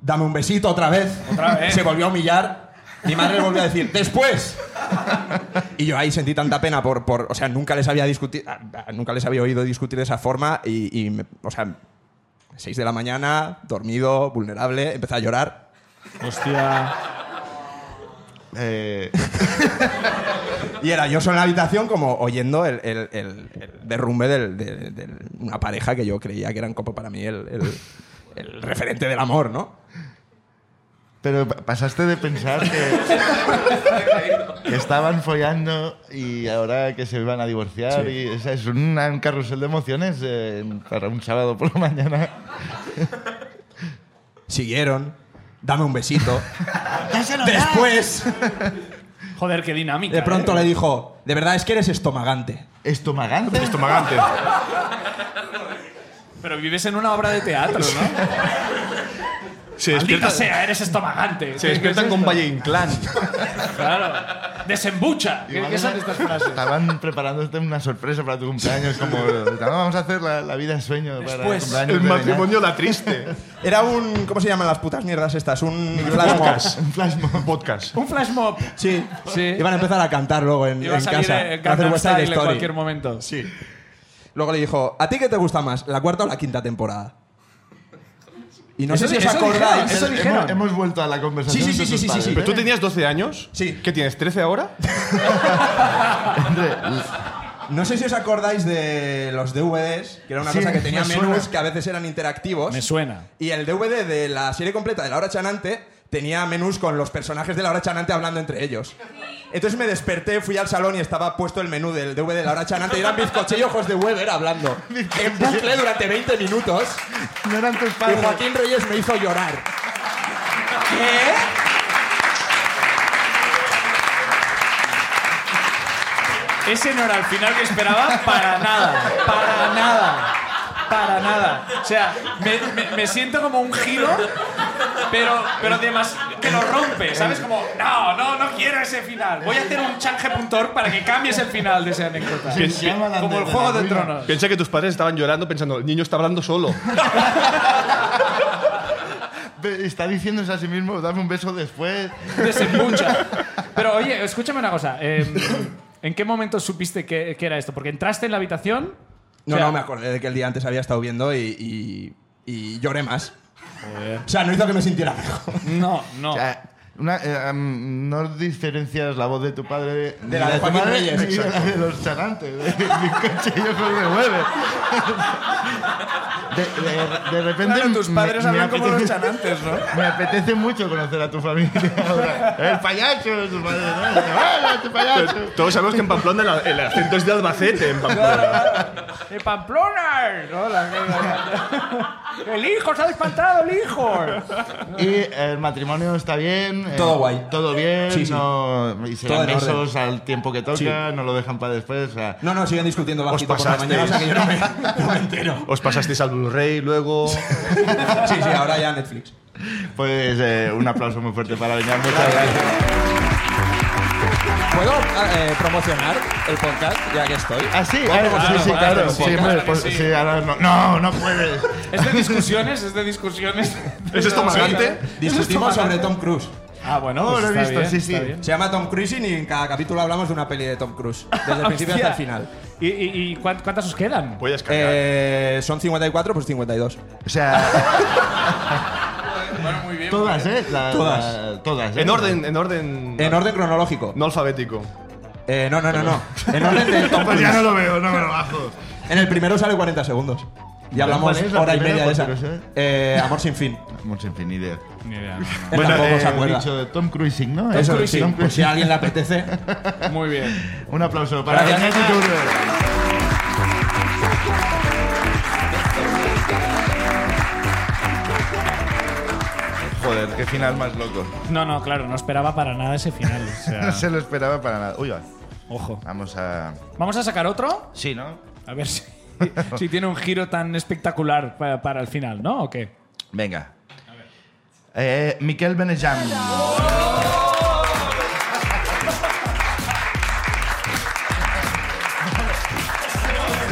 S4: Dame un besito otra vez.
S2: Otra vez.
S4: Se volvió a humillar. Mi madre le volvió a decir, después. Y yo ahí sentí tanta pena por, por o sea, nunca les había discutido, nunca les había oído discutir de esa forma y, y me- o sea, 6 de la mañana, dormido, vulnerable, empecé a llorar.
S2: Hostia.
S1: Eh,
S4: Y era yo solo en la habitación como oyendo el, el- el- el derrumbe del- de del- una pareja que yo creía que eran como para mí el, el- el referente del amor, ¿no?
S1: pero pa- pasaste de pensar que, que estaban follando y ahora que se iban a divorciar. Y, o sea, es una- un carrusel de emociones eh, para un sábado por la mañana.
S4: Siguieron, dame un besito.
S1: Ya se
S4: Después,
S2: Joder, qué dinámica.
S4: de pronto
S2: ¿eh?
S4: le dijo, de verdad es que eres estomagante.
S1: Estomagante.
S3: Estomagante.
S2: Pero vives en una obra de teatro, ¿no?
S3: Se
S2: Maldita
S3: despiertan,
S2: sea, eres estomagante.
S3: se despiertan con Valle Inclán.
S2: Claro. Desembucha. ¿Qué,
S1: Igual
S2: qué son
S1: era-
S2: estas frases?
S1: Estaban preparándote una sorpresa para tu cumpleaños, como "No, vamos a hacer la, la vida es sueño para
S2: Después,
S1: el cumpleaños
S3: El
S1: de
S3: matrimonio la triste.
S4: Era un, ¿cómo se llaman las putas mierdas estas? Un flash mob.
S3: Podcast. Podcast.
S2: Un flash mob.
S4: Sí.
S2: Sí.
S4: Iban a empezar a cantar luego en,
S2: Iba a
S4: en
S2: salir
S4: casa.
S2: eh,
S4: Va a hacer
S2: Gangnam
S4: West Side
S2: Style en
S4: Story.
S2: cualquier momento.
S4: Sí. Luego le dijo, ¿a ti qué te gusta más, la cuarta o la quinta temporada? Y no
S2: Eso-
S4: sé si os
S2: eso
S4: acordáis.
S2: Eso
S1: Hemos-
S2: dijeron.
S1: Hemos vuelto a la conversación.
S4: Sí, sí,
S1: de
S4: sí,
S1: tus
S4: sí, sí, sí.
S1: padres,
S3: ¿Pero tú
S1: ¿eh?
S3: tenías 12 años?
S4: Sí.
S3: ¿Qué tienes, 13 ahora?
S4: No sé si os acordáis de los DVDs, que era una
S1: Sí,
S4: cosa que tenía
S1: me
S4: menús
S1: suena.
S4: que a veces eran interactivos.
S2: Me suena.
S4: Y el DVD de la serie completa de La Hora Chanante tenía menús con los personajes de La Hora Chanante hablando entre ellos. Entonces me desperté, fui al salón y estaba puesto el menú del DVD de La Hora Chanante y eran bizcoche y ojos de Weber hablando. En bucle durante 20 minutos.
S1: No eran tus
S4: Y
S1: padres.
S4: Joaquín Reyes me hizo llorar. ¿Qué?
S2: Ese no era el final que esperaba para nada. Para nada. Para nada. O sea, me, me- me siento como un giro, pero, pero además que lo rompe, ¿sabes? Como, no, no, no quiero ese final. Voy a hacer un change.org para que cambies el final de esa anécdota.
S3: Bien.
S2: Como el juego de tronos.
S3: Piensa que tus padres estaban llorando pensando, el niño está hablando solo.
S1: Ve, Está diciéndose a sí mismo, dame un beso después.
S2: Desembucha. Pero oye, escúchame una cosa. eh, ¿En qué momento supiste que, que era esto? Porque entraste en la habitación.
S4: No,
S2: o sea,
S4: no, me acordé de que el día antes había estado viendo y, y- y lloré más. O sea, no hizo que me sintiera mejor.
S2: No, no.
S1: O sea, una, eh, am, no diferencias la voz de tu padre de, ni
S4: la de
S1: tu
S4: Joaquín
S1: madre
S4: Reyes,
S1: ni de la de los chanantes. De, mi coche y yo con el hueve. De, de- de repente.
S2: Claro, tus
S1: me-
S2: padres
S1: me
S2: hablan como los
S1: apetece-
S2: chanantes, ¿no?
S1: Me apetece mucho conocer a tu familia ahora. El payaso, tu padre. ¿no? ¡Hola, tu payaso!
S3: Todos sabemos que en Pamplona la- el acento es de Albacete. En Pamplona.
S2: ¡De Pamplona! ¿no? La- la- la- ¡El hijo! ¡Se ha espantado el hijo!
S1: Y el matrimonio está bien. eh,
S4: Todo guay.
S1: Todo bien.
S4: Sí, sí.
S1: No, y se dan
S4: Todo en
S1: besos al tiempo que toca, no lo dejan para después. O sea,
S4: No, no, siguen discutiendo bajito por la
S3: pasasteis.
S4: mañana, o sea que yo no me, no me entero.
S3: Os pasasteis al Blu-ray luego.
S4: Sí, sí, ahora ya Netflix.
S1: pues eh, un aplauso muy fuerte para Beñat. Muchas gracias.
S4: Pues ¿Puedo eh, promocionar el podcast ya que estoy?
S1: Ah, sí,
S4: ¿Puedo
S1: ah, sí,
S4: promocionar
S1: sí,
S4: el
S1: claro.
S4: podcast?
S1: Sí, hombre, pues, sí, ahora no. No, no puedes.
S2: Es de discusiones, es de discusiones.
S3: ¿Es esto
S4: Gigante,
S3: magante?
S4: Discutimos sobre Tom Cruise.
S2: Ah, bueno,
S1: No,
S2: pues
S1: lo he
S2: está
S1: visto,
S2: bien,
S1: sí, sí.
S2: está bien.
S4: Se llama Tom Cruise y en cada capítulo hablamos de una peli de Tom Cruise. Desde el principio hasta
S2: Hostia.
S4: el final.
S2: ¿Y, y- y cuán- cuántas os quedan?
S3: Voy a descargar.
S4: Eh, son 54, pues 52.
S1: O sea,
S5: Bueno, muy bien.
S1: todas, ¿eh? La- la-
S4: Todas.
S1: todas. ¿eh?
S3: en orden, en orden.
S4: En orden cronológico.
S3: No alfabético.
S4: Eh, no, no, no, no. En orden de Tom
S1: Pues ya
S4: Cruise.
S1: no lo veo, no me lo bajo.
S4: En el primero sale 40 segundos. Y hablamos
S1: ¿Cuál es la
S4: hora y
S1: primera?
S4: media de esa.
S1: Porque no sé.
S4: Eh, amor sin fin.
S1: Mucha infinidad.
S2: Pues, Ni idea, no, no.
S4: Él tampoco se
S1: eh,
S4: acuerda.
S1: dicho Tom Cruising, ¿no?
S4: Eso
S1: Tom
S4: sí,
S1: Tom
S4: por si
S1: Cruising.
S4: a alguien le apetece.
S2: Muy bien.
S1: Un aplauso para
S4: Gracias.
S1: Iñaki Turner. Joder, qué final más loco.
S2: No, no, claro, no esperaba para nada ese final. o sea,
S1: No se lo esperaba para nada. Uy, va.
S2: ojo.
S1: Vamos a.
S2: Vamos a sacar otro.
S1: Sí, ¿no?
S2: A ver si, si tiene un giro tan espectacular pa- para, el final, ¿no? ¿O qué?
S1: Venga. Eh, Miquel Benejam.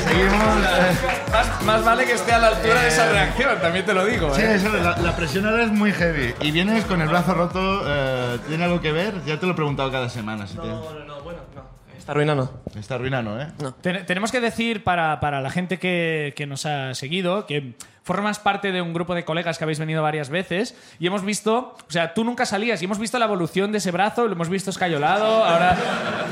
S1: Seguimos. eh,
S2: Más, vale que esté a la altura de esa reacción, también te lo digo. eh.
S1: Sí, eso, la, la presión ahora es muy heavy. Y vienes con el brazo roto, eh, ¿tiene algo que ver? Ya te lo he preguntado cada semana. Si
S5: No, no, no, bueno, no. Esta ruina no.
S1: te... Está ruina, ¿no? ¿eh?
S2: Ten- tenemos que decir para, para la gente que, que nos ha seguido que formas parte de un grupo de colegas que habéis venido varias veces y hemos visto, o sea, tú nunca salías y hemos visto la evolución de ese brazo, lo hemos visto escayolado, ahora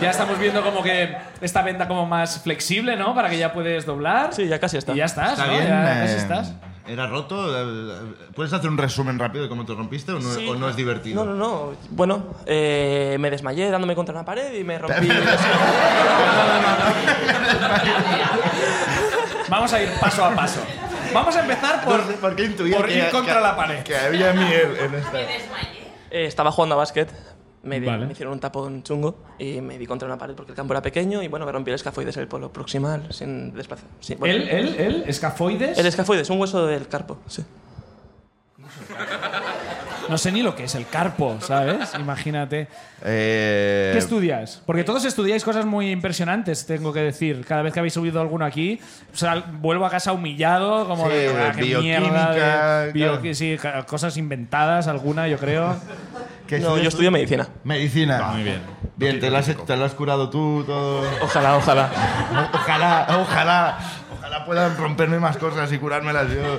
S2: ya estamos viendo como que esta venda como más flexible, ¿no? Para que ya puedes doblar.
S5: Sí, ya casi está.
S2: Y ya estás,
S1: Está
S2: ¿no?
S1: bien.
S2: Ya
S1: eh,
S2: casi estás.
S1: ¿Era roto? eh, ¿Puedes hacer un resumen rápido de cómo te rompiste o no,
S5: Sí.
S1: o no es divertido?
S5: No, no, no. Bueno, eh, me desmayé dándome contra una pared y me rompí.
S2: Vamos a ir paso a paso. Vamos a empezar por,
S1: No sé por qué intuía
S2: por
S1: que-
S2: ir
S1: que-
S2: contra la pared.
S1: Que había miel en esta.
S5: Eh, estaba jugando a básquet. Me, di-
S2: Vale.
S5: me hicieron un tapón chungo y me vi contra una pared porque el campo era pequeño y bueno, me rompí el escafoides, el polo proximal, sin desplazar. Sí, bueno.
S2: Él, él, él, escafoides.
S5: El escafoides, un hueso del carpo, sí.
S2: No sé ni lo que es el carpo, ¿sabes? Imagínate.
S1: Eh,
S2: ¿Qué estudias? Porque todos estudiáis cosas muy impresionantes, tengo que decir. Cada vez que habéis subido alguno aquí, sal- vuelvo a casa humillado, como
S1: Sí,
S2: de, "Ah, qué
S1: bioquímica,
S2: mierda", de bio-
S1: claro.
S2: sí, ca- cosas inventadas, alguna, yo creo.
S1: ¿qué estudias
S5: No, yo Ah,
S1: tú?
S5: estudio medicina.
S1: Medicina.
S2: muy bien.
S1: Bien, te lo, has, te lo has curado tú, todo.
S5: Ojalá, ojalá.
S1: Ojalá, ojalá. Ojalá puedan romperme más cosas y curármelas yo.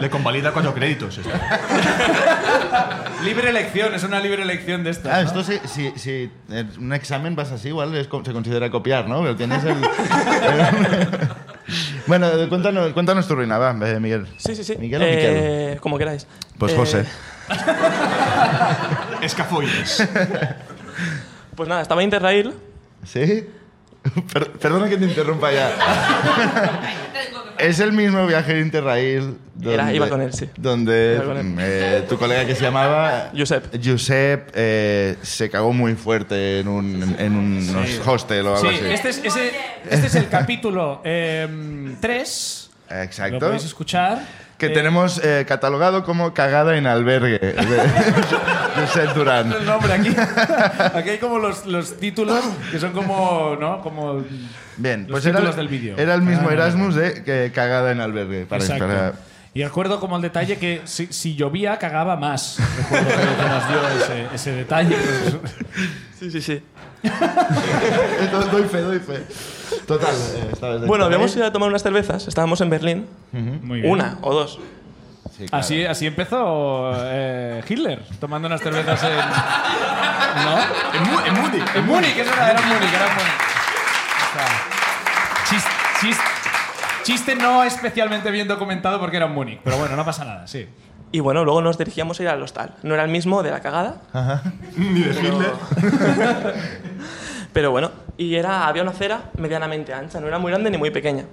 S3: Le convalida cuatro créditos. esto.
S2: libre elección, es una libre elección de
S1: Ah,
S2: estas. ¿no?
S1: esto si, si, si en un examen vas así, igual es co- se considera copiar, ¿no? Pero tienes el... bueno, cuéntanos, cuéntanos tu ruina, va, eh, Miguel.
S5: Sí, sí, sí.
S1: ¿Miguel o
S5: Eh,
S1: Miquel?
S5: Como queráis.
S1: Pues
S5: Eh,
S1: José.
S3: Escafoides.
S5: Pues nada, estaba en Interrail.
S1: ¿Sí? Per- perdona que te interrumpa ya. es el mismo viaje de Interrail.
S5: Era-
S1: donde-
S5: iba con él, sí.
S1: Donde
S5: Iba con él.
S1: eh, tu colega que se llamaba...
S5: Josep.
S1: Josep eh, se cagó muy fuerte en un, en, en un unos hostel o
S2: Sí,
S1: algo así.
S2: este es, ese- este es el capítulo 3. Lo
S1: Exacto.
S2: podéis escuchar.
S1: Que
S2: Eh,
S1: tenemos eh, catalogado como cagada en albergue de, de Seth Durán.
S2: el nombre aquí. Aquí hay como los, los títulos que son como, ¿no? Como
S1: Bien,
S2: Los
S1: pues era,
S2: títulos del vídeo.
S1: era el mismo
S2: Ah,
S1: Erasmus de que cagada en albergue. Para
S2: Exacto.
S1: para-
S2: Y recuerdo como el detalle que si, si llovía cagaba más. Recuerdo que que nos dio ese, ese detalle.
S5: Sí, sí, sí.
S1: Do- doy fe, doy fe. Total. eh, estaba desde
S5: Bueno,
S1: ahí.
S5: habíamos ido a tomar unas cervezas. Estábamos en Berlín.
S2: Muy bien.
S5: Una o dos.
S1: Sí, claro.
S2: Así, así empezó eh, Hitler, tomando unas cervezas en. ¿No?
S3: En, Mu- en Múnich.
S2: En Múnich, es verdad, era en Múnich, era en Múnich. O sea, chis- chis- chiste no especialmente bien documentado porque era en Múnich, pero bueno, no pasa nada, sí.
S5: Y bueno, luego nos dirigíamos a ir al hostal. No era el mismo de la cagada,
S1: Ah.
S3: Ni de Hitler.
S5: pero bueno. Y era, había una acera medianamente ancha, no era muy grande ni muy pequeña.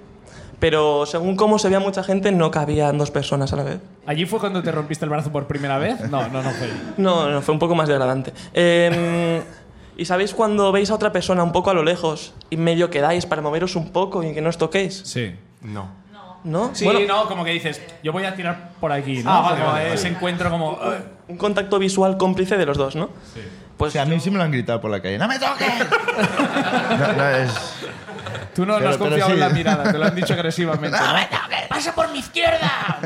S5: Pero según cómo se veía mucha gente, no cabían dos personas a la vez.
S2: ¿Allí fue cuando te rompiste el brazo por primera vez? No, no, no fue. allí.
S5: No, no, fue un poco más degradante. Eh, ¿Y sabéis cuando veis a otra persona un poco a lo lejos y medio quedáis para moveros un poco y que no os toquéis?
S2: Sí.
S3: No.
S5: ¿No?
S2: Sí,
S5: Bueno,
S2: no, como que dices, yo voy a tirar por aquí, ¿no?
S3: Ah, vale,
S2: Como
S3: vale,
S2: ese encuentro como... "Ugh".
S5: un contacto visual cómplice de los dos, ¿no?
S1: O
S5: Pues
S1: sea, a mí
S5: yo-
S1: sí me lo han gritado por la calle. ¡No me toques! no, no, es...
S2: Tú no, no
S1: Pero-
S2: has
S1: pero
S2: confiado en
S1: sí.
S2: la mirada, te lo han dicho agresivamente. ¿no?
S5: ¡Pasa por mi izquierda!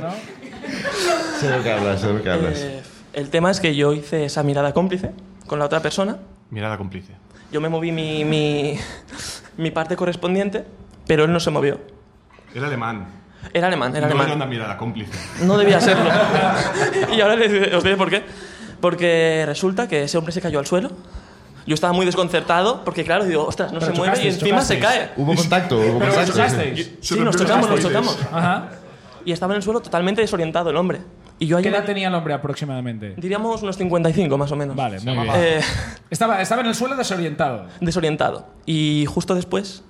S1: Sé de lo que hablas, sé de lo que hablas.
S5: Eh, el tema es que yo hice esa mirada cómplice con la otra persona.
S3: Mirada cómplice.
S5: Yo me moví mi, mi, mi parte correspondiente, pero él no se movió.
S3: Era alemán.
S5: Era alemán, era
S3: no
S5: alemán.
S3: era una mirada cómplice.
S5: No debía serlo. y ahora les diré- os diré por qué. Porque resulta que ese hombre se cayó al suelo. Yo estaba muy desconcertado porque, claro, digo, ostras, no
S2: Pero
S5: se mueve y
S2: chocasteis,
S5: encima se
S2: chocasteis.
S5: cae.
S1: Hubo contacto, hubo
S2: Pero os
S1: contacto. sí.
S2: chocasteis.
S5: Sí, nos tocamos, nos tocamos.
S2: Ajá.
S5: Y estaba en el suelo totalmente desorientado el hombre. Y yo ahí
S2: ¿Qué
S5: me-
S2: edad tenía el hombre aproximadamente?
S5: Diríamos unos 55 más o menos.
S2: Vale, muy bien.
S5: Eh,
S2: Estaba, estaba en el suelo desorientado.
S5: desorientado. Y justo después,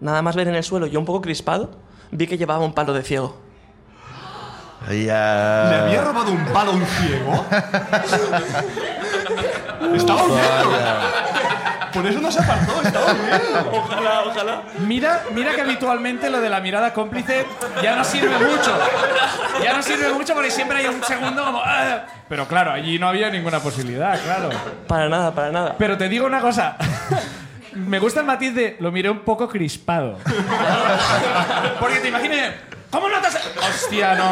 S5: nada más ver en el suelo, yo un poco crispado, vi que llevaba un palo de ciego.
S1: Ay, ya.
S6: ¿Le había robado un palo a un ciego?
S3: Estaba
S6: Por eso no se apartó, estaba bien.
S5: Ojalá, ojalá.
S2: Mira, mira que habitualmente lo de la mirada cómplice ya no sirve mucho. Ya no sirve mucho porque siempre hay un segundo como. "Ah". Pero claro, allí no había ninguna posibilidad, claro.
S5: Para nada, para nada.
S2: Pero te digo una cosa. Me gusta el matiz de lo miré un poco crispado. Porque te imaginas. ¿Cómo no te has.? ¡Hostia, no!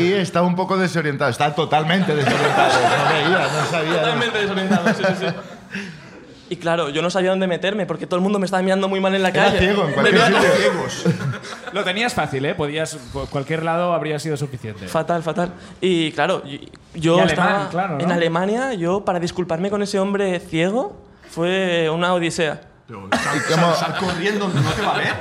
S1: Y estaba un poco desorientado, estaba totalmente desorientado. No veía, no sabía.
S5: Totalmente desorientado, sí, sí, sí. Y claro, yo no sabía dónde meterme porque todo el mundo me estaba mirando muy mal en la
S1: Era
S5: calle.
S1: ciego en
S5: Me
S1: cualquier
S5: veía-
S1: sitio.
S2: Lo tenías fácil, ¿eh? Podías. por Cualquier lado habría sido suficiente.
S5: Fatal, fatal. Y claro, y- yo
S2: Y alemán,
S5: estaba
S2: claro, ¿no?
S5: en Alemania, yo para disculparme con ese hombre ciego fue una odisea.
S6: Pero sal, sal- sal corriendo, no te va a ver.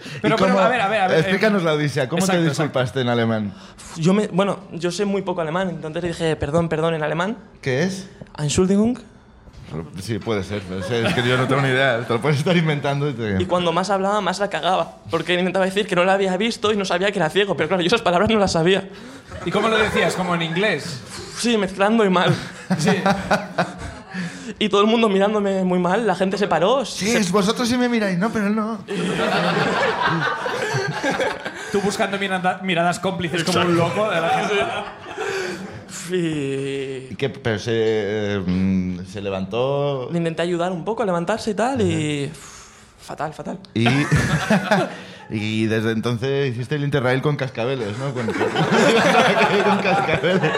S2: Pero,
S1: ¿Y
S2: pero,
S1: cómo-
S2: a ver, a ver, a ver,
S1: Explícanos
S2: eh,
S1: la odisea. ¿Cómo
S2: exacto,
S1: te disculpaste en alemán?
S5: Yo me, bueno, yo sé muy poco alemán, entonces le dije perdón, perdón en alemán.
S1: ¿Qué es?
S5: Entschuldigung.
S1: Sí, puede ser. no sé, es que yo no tengo ni idea. Te lo puedes estar inventando. y te-
S5: Y cuando más hablaba, más la cagaba. Porque intentaba decir que no la había visto y no sabía que era ciego. Pero claro, yo esas palabras no las sabía.
S2: ¿Y cómo lo decías? ¿Como en inglés?
S5: Sí, mezclando y mal.
S2: Sí.
S5: Y todo el mundo mirándome muy mal. La gente se paró.
S1: Sí, es vosotros sí me miráis, no, pero él no.
S2: Tú buscando miranda- miradas cómplices como un loco de la gente.
S5: Y
S1: ¿Y qué? Pero se, eh, mm, se levantó
S5: le intenté ayudar un poco a levantarse y tal. Y. uf, Fatal, fatal.
S1: y. Y desde entonces hiciste el Interrail con cascabeles, ¿no? Con, con cascabeles.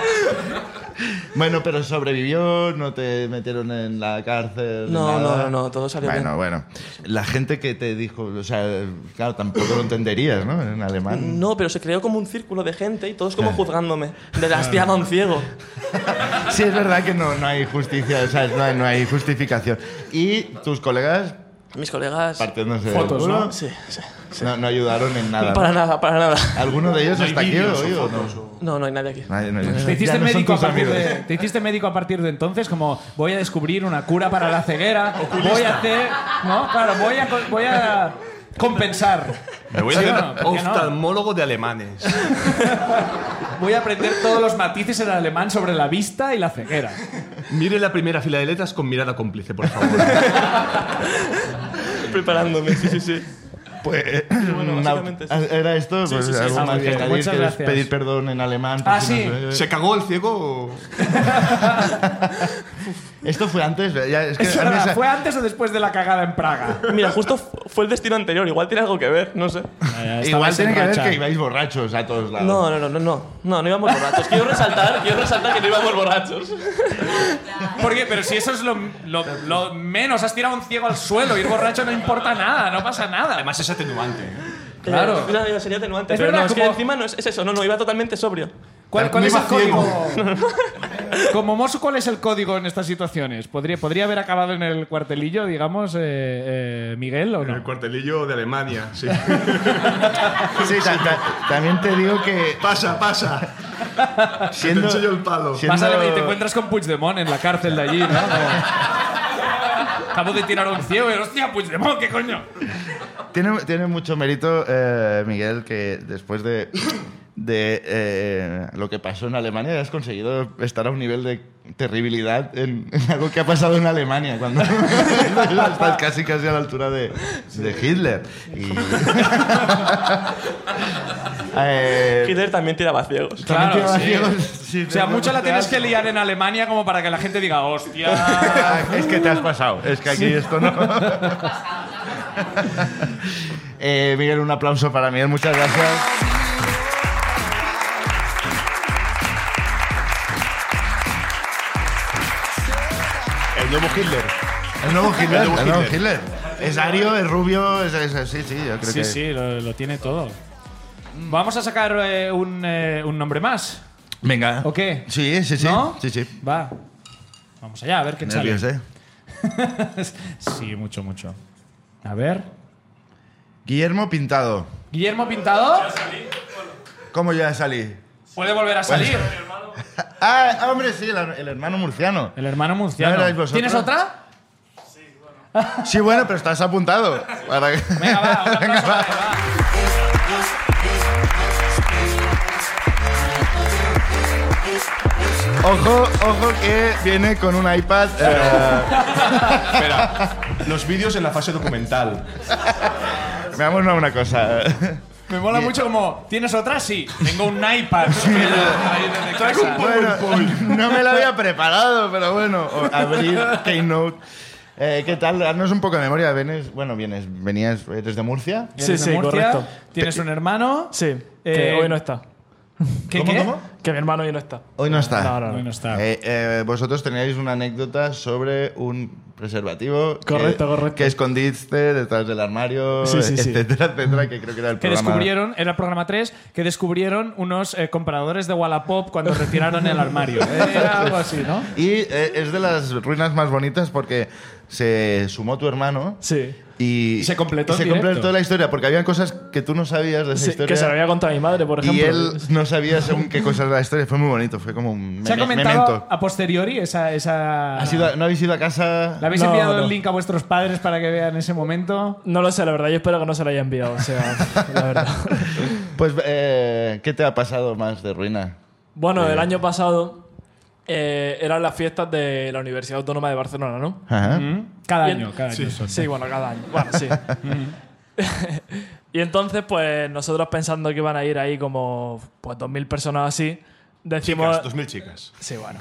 S1: Bueno, pero sobrevivió, no te metieron en la cárcel.
S5: No,
S1: nada.
S5: no, no, no, todo salió
S1: Bueno, bueno. La gente que te dijo, o sea, claro, tampoco lo entenderías, ¿no? En alemán.
S5: bien. No, pero se creó como un círculo de gente y todos como juzgándome. De la hostia a un ciego.
S1: Sí, es verdad que no, no hay justicia, o sea, no hay, no hay justificación. Y tus colegas,
S5: Mis colegas.
S1: partiéndose del
S2: Fotos,
S1: culo,
S2: ¿no?
S5: Sí, sí.
S1: no, no ayudaron en nada. ¿no?
S5: Para nada, para nada.
S1: ¿Alguno de ellos
S3: No hay
S1: está aquí
S3: vídeos
S1: hoy
S3: o
S1: o no?
S3: fotos o-
S5: No, no hay nadie aquí.
S1: No hay- no hay-
S2: ¿Te hiciste,
S1: ya no son
S2: médico a
S1: tus
S2: partir
S1: amigos.
S2: de, ¿Te hiciste médico a partir de entonces? Como voy a descubrir una cura para la ceguera, voy a hacer. ¿No? Claro, voy a, co- voy a compensar.
S3: Me voy a
S2: ¿Sí
S3: hacer
S2: o no? ¿Por qué no?
S3: oftalmólogo de alemanes.
S2: Voy a aprender todos los matices en alemán sobre la vista y la ceguera.
S3: Mire la primera fila de letras con mirada cómplice, por favor.
S5: Preparándome, sí, sí, sí.
S1: Pues, eh,
S5: bueno,
S1: una-
S5: básicamente sí.
S1: era esto, pues
S5: sí, sí,
S1: algo
S5: está
S1: más
S2: muy
S1: que
S2: bien.
S1: añadir,
S2: Muchas
S1: ¿quieres
S2: gracias.
S1: pedir perdón en alemán. por
S2: Ah,
S1: si
S2: sí.
S1: no eh, sé?
S6: ¿Se cagó el ciego? o-
S1: Esto fue antes, ya, es que
S2: Es
S1: a mí
S2: verdad,
S1: esa-
S2: ¿Fue antes o después de la cagada en Praga?
S5: Mira, justo fu- fue el destino anterior. Igual tiene algo que ver, no sé.
S1: igual
S2: Estabais
S1: tiene
S2: en
S1: que ver
S2: racha.
S1: que ibais borrachos a todos lados.
S5: No, no, no, no, no. No, no íbamos borrachos. Quiero resaltar, quiero resaltar que no íbamos borrachos.
S2: Porque, pero si eso es lo, lo- lo menos, has tirado un ciego al suelo, ir borracho no importa nada, no pasa nada. Además es atenuante. Claro.
S5: Eh, mira, sería atenuante.
S2: Es
S5: pero
S2: verdad,
S5: no, es que
S2: como-
S5: encima no es, es eso, no, no, iba totalmente sobrio.
S2: ¿Cuál, cuál es
S6: Iba
S2: el código? Como Mosu, ¿cuál es el código en estas situaciones? ¿Podría, podría haber acabado en el cuartelillo, digamos, eh, eh, Miguel o
S3: El
S2: no?
S3: cuartelillo de Alemania, sí.
S1: Sí, ta- ta- también te digo que
S3: Pasa, pasa. Que te
S1: siendo,
S3: enseño el palo.
S1: siendo-
S2: Pásale y te encuentras con Puigdemont en la cárcel de allí, ¿no? Como- Acabo de tirar a un ciego y hostia, Puigdemont, ¿qué coño?
S1: Tiene, tiene mucho mérito, eh, Miguel, que después de, de eh, lo que pasó en Alemania y has conseguido estar a un nivel de terribilidad en, en algo que ha pasado en Alemania cuando estás casi casi a la altura de, de Hitler y Eh,
S5: Hitler también tiraba ciegos.
S2: Claro,
S1: también
S2: sí.
S1: tiene varios- sí,
S2: O sea,
S1: tiene
S2: mucho la tienes
S1: varios-
S2: que liar en Alemania como para que la gente diga, hostia.
S1: Ah, es que te has pasado. Es que aquí esto no. Eh, Miguel, un aplauso para Miguel. Muchas gracias.
S3: El nuevo Hitler.
S1: El nuevo Hitler.
S3: El nuevo
S1: El nuevo
S3: Hitler.
S1: Hitler. Es ario, es rubio, es, es- sí, sí, yo creo
S2: Sí,
S1: que
S2: sí, lo, lo tiene todo. Mm. Vamos a sacar eh, un, eh, un nombre más.
S1: Venga.
S2: ¿O qué?
S1: Sí, sí, sí.
S2: ¿No?
S1: Sí, sí.
S2: Va. Vamos allá, a ver qué sale.
S1: Nervios, ¿eh?
S2: Sí, mucho, mucho. A ver.
S1: Guillermo Pintado.
S2: Guillermo Pintado
S1: ¿Cómo ya salí?
S2: puede volver a salir.
S1: Ah, ah, hombre, sí, el, el hermano murciano.
S2: El hermano
S1: ¿No erais
S2: murciano.
S1: vosotros?
S2: ¿Tienes otra?
S1: Sí, bueno, pero estás apuntado. Para que-
S2: Venga, va, un
S1: Venga,
S2: aplauso
S1: va.
S2: para él, va.
S1: Ojo, ojo que viene con un iPad. eh,
S3: Espera, los vídeos en la fase documental.
S1: Veamos una- una cosa.
S2: Me mola mucho como, ¿tienes otra? Sí, tengo un iPad. Traigo un
S1: Bueno, no me lo había preparado, pero bueno, o- abrir Keynote. Eh, ¿Qué tal? Haznos un poco de memoria. Vienes, bueno, vienes, venías, eres de Murcia.
S2: Sí,
S7: sí, correcto.
S2: Tienes un hermano.
S7: Sí,
S2: Eh,
S7: que hoy no está.
S2: ¿Qué,
S1: ¿Cómo,
S2: qué?
S1: cómo?
S7: Que mi hermano hoy no está.
S1: Hoy no está.
S7: No, no, no.
S2: Hoy no está.
S1: Eh, eh, vosotros teníais una anécdota sobre un preservativo que-
S7: Correcto,
S1: que,
S7: correcto.
S1: escondiste detrás del armario,
S7: Sí, sí, sí.
S1: etcétera, etcétera, que creo que era el
S2: que
S1: programa.
S2: descubrieron, era el programa 3, que descubrieron unos eh, compradores de Wallapop cuando retiraron el armario. Era algo así, ¿no?
S1: Y eh, es de las ruinas más bonitas porque se sumó tu hermano
S7: Sí.
S1: y,
S2: Y se completó
S1: y se
S2: en directo.
S1: completó la historia porque había cosas que tú no sabías de esa
S7: Sí,
S1: historia.
S7: que se lo había contado a mi madre, por
S1: Y
S7: ejemplo.
S1: él no sabía según qué cosas de la historia. Fue muy bonito, fue como un
S2: Se ha
S1: meme-
S2: comentado
S1: memento.
S2: a posteriori esa... esa...
S1: ¿Has ido a- ¿No habéis ido a casa?
S2: ¿Le habéis
S7: Ah, No,
S2: enviado
S7: no.
S2: el link a vuestros padres para que vean ese momento?
S7: No lo sé, la verdad. Yo espero que no se lo haya enviado. O sea, la verdad.
S1: Pues, eh, ¿qué te ha pasado más de ruina?
S7: Bueno, el año pasado eh, eran las fiestas de la Universidad Autónoma de Barcelona, ¿no?
S1: Ajá.
S2: Cada
S7: Y-
S2: año, cada año. son.
S7: ¿Mm? Sí, bueno, cada año. Bueno, sí. y entonces, pues nosotros pensando que iban a ir ahí como pues 2.000 personas así, decimos...
S3: Chicas, 2000 chicas.
S7: sí, bueno.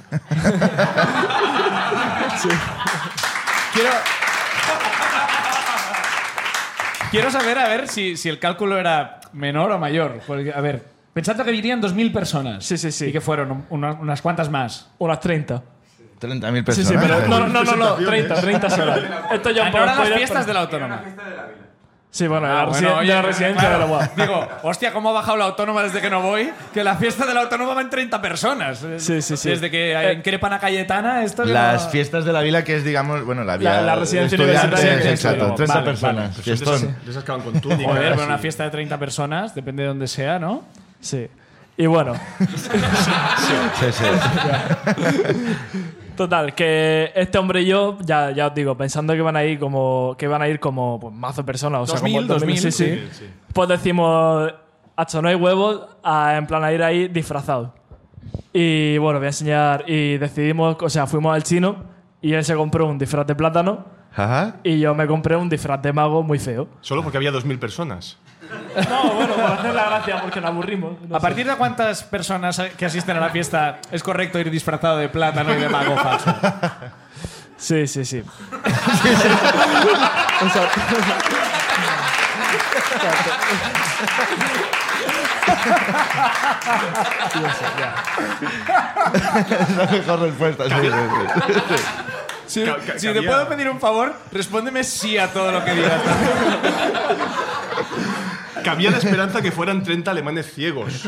S2: Quiero saber, a ver, si, si el cálculo era menor o mayor. Porque, a ver, pensando que vivían 2.000 personas.
S7: Sí, sí, sí.
S2: Y que fueron un- una- unas cuantas más.
S7: Unas 30.
S1: 30.000
S7: Sí,
S1: personas.
S7: sí, pero... No, no, no, no, no,
S3: Presentaciones.
S7: 30, 30 solo. Esto ya un poco
S2: Ahora Ah, las
S7: spoiler,
S2: fiestas
S7: pero-
S2: de la autónoma.
S7: Sí, bueno, de la,
S2: Ah, bueno,
S7: residen- de
S2: oye,
S7: la residencia
S2: claro.
S7: de la UAP.
S2: Digo, hostia, ¿cómo ha bajado la autónoma desde que no voy? Que la fiesta de la autónoma van 30 personas.
S7: Sí, sí, sí.
S2: Desde que increpan a Cayetana, esto no-
S1: Las fiestas de la vila, que es, digamos, bueno, la vila.
S7: La- la residencia
S1: estudiantes,
S7: universitaria que es,
S1: Exacto,
S7: digamos.
S1: 30
S2: Vale,
S1: personas.
S2: vale.
S1: Fiestón.
S3: De Pues esas que van con túnica.
S2: Joder, pero
S3: así.
S2: una fiesta de 30 personas, depende de dónde sea, ¿no?
S7: Sí. Y bueno,
S1: Sí, sí.
S7: total, que este hombre y yo, ya, ya os digo, pensando que van a ir como, que van a ir como pues, mazo de personas, o sea,
S2: 2000,
S7: como 2000, sí,
S2: 2000,
S7: sí. Pues decimos, hasta no hay huevos, a- en plan a ir ahí disfrazados. Y bueno, voy a enseñar, y decidimos, o sea, fuimos al chino y él se compró un disfraz de plátano
S1: Ajá.
S7: y yo me compré un disfraz de mago muy feo.
S3: Solo porque había 2000 personas.
S7: No, bueno, por hacer la gracia, porque nos aburrimos.
S2: ¿A partir de cuántas personas que asisten a la fiesta es correcto ir disfrazado de plátano y de mago falso?
S7: Sí, sí, sí.
S1: Es la mejor respuesta. sí, sí, sí.
S2: Si,
S3: Ca- ca-
S2: si te
S3: cabía.
S2: puedo pedir un favor, respóndeme sí a todo lo que digas.
S3: Cabía la esperanza que fueran 30 alemanes ciegos.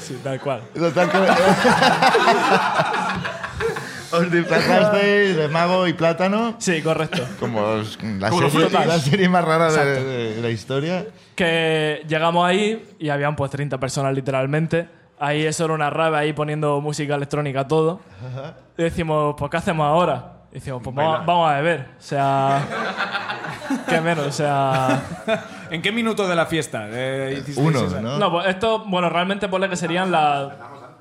S7: Sí, tal cual.
S1: Total, que- Os disfrazasteis de mago y plátano.
S7: Sí, correcto.
S1: Como os- la,
S3: Como los
S1: serie,
S3: Beatles.
S1: la serie más rara de, de la historia.
S7: Que llegamos ahí y habían pues 30 personas literalmente. Ahí eso era una rave ahí poniendo música electrónica todo. Y decimos, pues ¿qué hacemos ahora? Y decimos, pues vamos, vamos a beber. O sea, ¿Qué menos? O sea.
S2: ¿En qué minuto de la fiesta? eh, hicisteis
S1: Uno,
S2: esa?
S1: ¿no?
S7: No, pues esto, bueno, realmente ponle que serían la-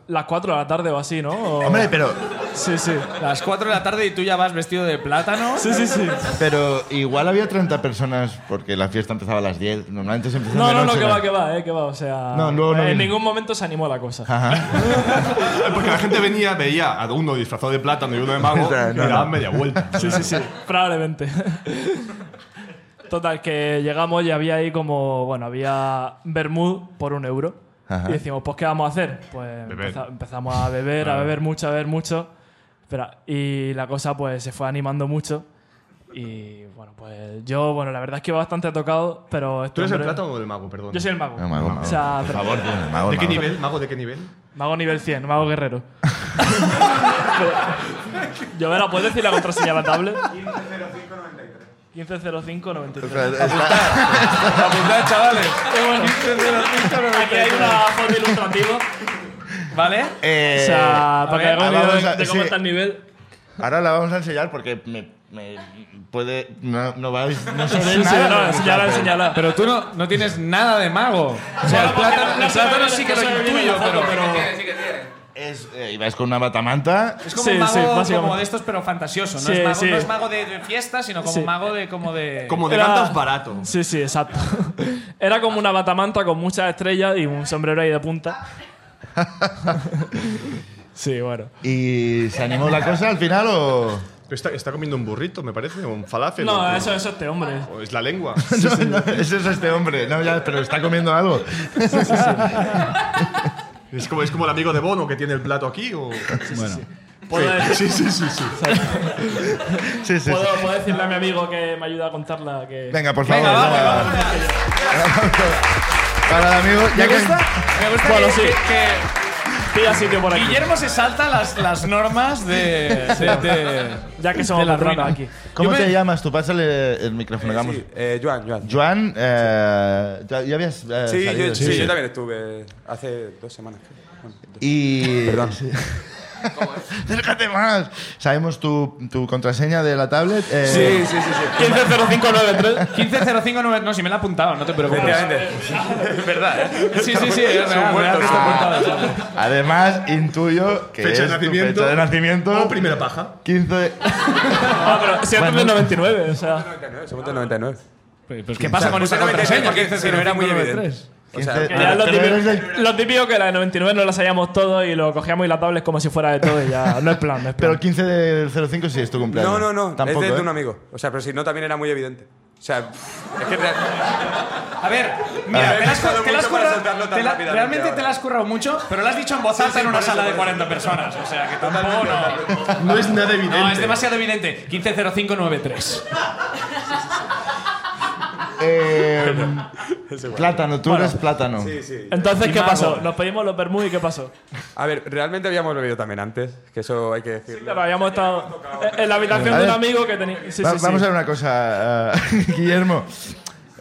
S7: las 4 de la tarde o así, ¿no? O-
S1: Hombre, pero,
S7: Sí, sí.
S2: Las 4 de la tarde y tú ya vas vestido de plátano.
S7: Sí, sí, sí.
S1: pero igual había 30 personas porque la fiesta empezaba a las 10. Normalmente se empieza
S7: No,
S1: de
S7: no, no,
S1: noche,
S7: que va, que va, eh, que va. O sea.
S1: No, luego no
S7: en
S1: viene.
S7: ningún momento se animó la cosa.
S3: Porque la gente venía, veía a uno disfrazado de plátano y uno de mago y daban media vuelta.
S7: Sí, sí, sí, probablemente. Total, que llegamos y había ahí como, bueno, había Bermud por un euro.
S1: Ajá.
S7: Y decimos, pues, ¿qué vamos a hacer? Pues
S3: Beber.
S7: empeza- empezamos a beber, a beber mucho, a beber mucho. Espera, y la cosa pues se fue animando mucho. Y bueno, pues yo, bueno, la verdad es que iba bastante tocado, pero... este
S3: ¿Tú eres el
S7: hombre-
S3: plátano o el mago, perdón?
S7: Yo soy el mago.
S1: No, Ah, mago, mago.
S7: O sea,
S1: Por
S7: pero-
S1: favor, tío, mago,
S3: ¿De qué
S1: mago.
S3: nivel? ¿Mago de qué nivel?
S7: Mago nivel 100, mago guerrero. Pero- yo, verá, ¿puedes decir la contraseña a la tablet? 150593. 150593.
S2: Apuntad, chavales.
S7: Aquí hay una foto ilustrativa.
S2: ¿Vale?
S1: Eh,
S7: o sea, para que
S2: ver,
S7: hagáis una
S1: vamos
S7: idea
S1: a-
S7: de, de cómo
S1: sí.
S7: está el nivel.
S1: Ahora la vamos a enseñar porque me, me puede. No, no vais. No
S7: Sí,
S1: sabéis
S7: sí,
S1: nada.
S7: no, enseñala, enseñala.
S2: Pero tú no, no tienes nada de mago. O sea, el plátano, el plátano sí que lo intuyo, pero.
S1: Es, eh, y vais con una batamanta.
S2: Es como
S7: Sí,
S2: un mago
S7: sí, básicamente.
S2: como de estos, pero fantasioso. No,
S7: Sí,
S2: es, mago,
S7: sí.
S2: no es mago de, de fiesta, sino como
S7: Sí.
S2: mago de. Como de...
S3: Como de
S7: Era-
S3: cantas barato.
S7: Sí, sí, exacto. Era como una batamanta con muchas estrellas y un sombrero ahí de punta. Sí, bueno.
S1: ¿Y se animó la cosa al final o.?
S3: Pero está, está comiendo un burrito, me parece, o un falafel.
S7: No,
S3: o-
S7: eso, eso es este hombre.
S3: o Es la lengua.
S1: no, no, ese es este hombre. No, ya, pero está comiendo algo.
S3: es, como, es como el amigo de Bono que tiene el plato aquí. O...
S1: bueno,
S7: Puedo, decir-
S3: Sí, sí, sí, sí.
S1: sí, sí.
S7: puedo- puedo decirle a mi amigo que me ayuda a contarla que.
S1: Venga, por favor.
S2: vamos,
S1: venga.
S2: vamos,
S1: Para el amigo, ya
S2: Me
S1: que.
S2: gusta, me gusta
S7: Bueno,
S2: que,
S7: sí.
S2: que-
S7: Pilla sitio por
S2: que
S7: aquí.
S2: Guillermo se salta las, las normas de. de- de-
S7: Ya que somos
S2: de la
S7: patronos
S2: ruina.
S7: aquí.
S1: ¿Cómo
S2: Yo me-
S1: te llamas? Tú pásale el micrófono. vamos.
S8: Sí, eh, Joan, Joan.
S1: Joan, eh, ya ya habías. eh,
S8: Sí,
S1: salido,
S8: yo, sí, yo también estuve eh, hace dos semanas. creo. Bueno, dos-
S1: Y.
S8: Perdón.
S1: Sí. Acércate más. Sabemos tu, tu contraseña de la tablet. eh,
S8: Sí, sí, sí, sí.
S7: 150593.
S2: 150599. No, si me la he apuntado, no te preocupes.
S8: Efectivamente. es verdad. ¿eh?
S2: Sí, sí, sí, es real, real,
S8: muertos.
S2: está apuntado, chaval.
S1: Además, intuyo que
S3: Fecha de
S1: es tu
S3: nacimiento.
S1: fecha de nacimiento.
S3: O primera paja.
S1: 15 de-
S7: Ah, pero si antes del 99, o sea.
S8: 99, segundo del 99.
S2: Pues, pues, ¿qué pasa con esa
S8: Pues,
S2: contraseña?
S8: porque
S2: Dices
S8: se
S2: que no
S8: lo
S2: era
S8: hice muy
S2: muy evidente.
S8: evidente. O sea,
S1: 15
S7: Que ya
S1: Ah,
S7: lo,
S1: pero
S7: típico,
S1: eres del-
S7: lo típico que la de 99 no la sabíamos todo y lo cogíamos y la tablet como si fuera de todo y ya. No es plan, no es
S1: Pero el
S7: plan.
S1: 15 del 05 sí es tu cumpleaños.
S8: no, no, no.
S1: Tampoco,
S8: es de, de
S1: ¿eh?
S8: un amigo. O sea, pero si no, también era muy evidente. O sea, es que real-
S2: A ver, mira,
S8: Ah.
S2: te la has cu-
S8: Me he costado
S2: te la has
S8: mucho para
S2: currado-
S8: soltarlo tan
S2: te la-
S8: rápidamente
S2: Realmente
S8: ahora.
S2: te la has currado mucho, pero lo has dicho en voz alta en una sala de 40 personas. O sea, que tampoco no.
S3: No es nada evidente.
S2: No, es demasiado evidente. 150593.
S1: Eh, plátano, tú eres plátano.
S7: Entonces,
S2: Y
S7: ¿qué
S2: mago.
S7: pasó? Nos pedimos los Bermud y ¿qué pasó?
S8: a ver, realmente habíamos bebido también antes, que eso hay que decirlo.
S7: Claro, habíamos estado en la habitación de un
S1: A ver.
S7: amigo que tenía. Sí, sí,
S1: Va-
S7: sí.
S1: Vamos a ver una cosa, eh, Guillermo.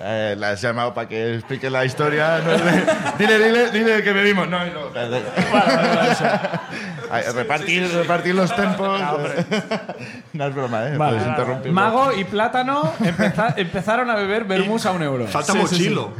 S1: Eh, la has llamado para que explique la historia. No, dile, dile, dile, dile que bebimos. No, no. Ay, repartir, repartir los tempos. no es broma, ¿eh? Puedes interrumpir.
S2: Mago y Plátano empeza- empezaron a beber vermouth a un euro.
S3: Falta mochilo.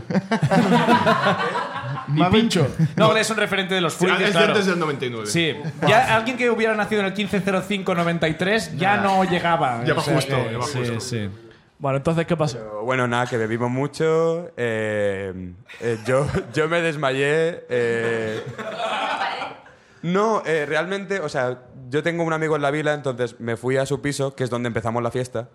S2: Y pincho. No, es un referente de los
S3: Sí,
S2: Furies,
S3: es de
S2: claro.
S3: antes del 99.
S2: Sí. Ya alguien que hubiera nacido en el 150593 ya no llegaba.
S3: Ya va justo,
S2: que-
S3: ya va
S2: sí,
S3: justo.
S2: sí.
S7: Bueno, entonces, ¿qué pasó?
S8: Pero bueno, nada, que bebimos mucho. eh, eh, yo, yo me desmayé. eh. no, eh, realmente, o sea, yo tengo un amigo en la vila, entonces me fui a su piso, que es donde empezamos la fiesta.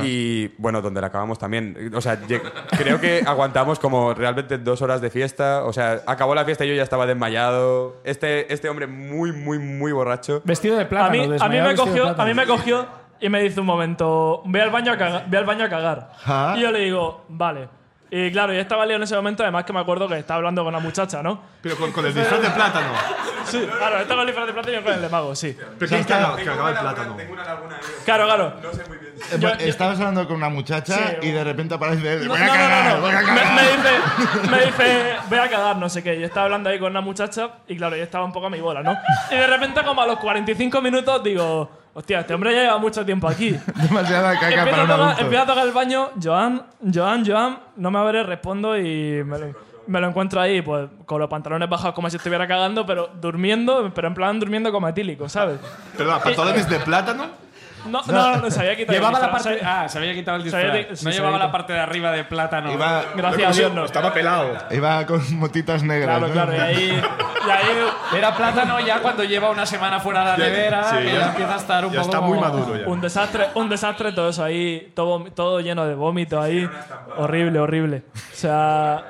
S8: Y bueno, donde la acabamos también. O sea, lle- creo que aguantamos como realmente dos horas de fiesta. O sea, acabó la fiesta y yo ya estaba desmayado. Este, este hombre muy, muy, muy borracho.
S2: Vestido de
S7: A
S2: plátano.
S7: mí, a, mí
S2: desmayado
S7: me
S2: vestido de
S7: cogió, a
S2: plátano.
S7: mí me cogió y me dice un momento, ve al baño a cagar. Ve al baño a cagar. Y yo le digo, vale. Y claro, yo estaba liado en ese momento, además que me acuerdo que estaba hablando con una muchacha, ¿no?
S3: Pero con, con el disfraz de plátano.
S7: Sí, claro, estaba con el disfraz de plata y yo con el de mago, sí.
S3: ¿Pero quién caga- cagaba el plátano?
S7: Claro, claro.
S1: Eh,
S7: Yo-
S1: Estabas hablando con una muchacha
S7: Sí.
S1: y de repente aparece.
S7: No,
S1: voy
S7: no,
S1: a
S7: no,
S1: cagar,
S7: no.
S1: voy a
S7: Me,
S1: cagar.
S7: me dice, me dice, voy a cagar, no sé qué. Yo estaba hablando ahí con una muchacha y claro, yo estaba un poco a mi bola, ¿no? Y de repente, como a los 45 minutos, digo, Hostia, este hombre ya lleva mucho tiempo aquí.
S1: Demasiada caca
S7: Empiezo
S1: para
S7: a,
S1: un
S7: tocar, empiezo
S1: adulto.
S7: a tocar el baño, Joan, Joan, Joan, no me veré, respondo y me lo, me lo encuentro ahí, pues con los pantalones bajados como si estuviera cagando, pero durmiendo, pero en plan durmiendo como etílico, ¿sabes?
S6: Perdón, pantalones de plátano.
S7: No, no, no, no, se había quitado. el
S2: Llevaba la
S7: disfraz,
S2: parte.
S7: se-
S2: Ah, se había quitado el disfraz.
S7: Se había- sí,
S2: no
S7: se
S2: llevaba
S7: había-
S2: la parte de arriba de plátano.
S1: Iba,
S7: Ah, Gracias a Dios, no.
S3: Estaba pelado.
S1: iba con motitas negras.
S7: Claro,
S1: ¿no?
S7: claro, y ahí. Y ahí
S2: Era plátano ya cuando lleva una semana fuera de la
S3: Ya-
S2: nevera,
S3: sí,
S2: que ya,
S3: ya-
S2: empieza a estar un
S3: ya
S2: poco.
S3: está muy
S2: como-
S3: maduro ya.
S7: un desastre, un desastre todo eso ahí, todo, todo lleno de vómito ahí. Horrible, horrible. O sea,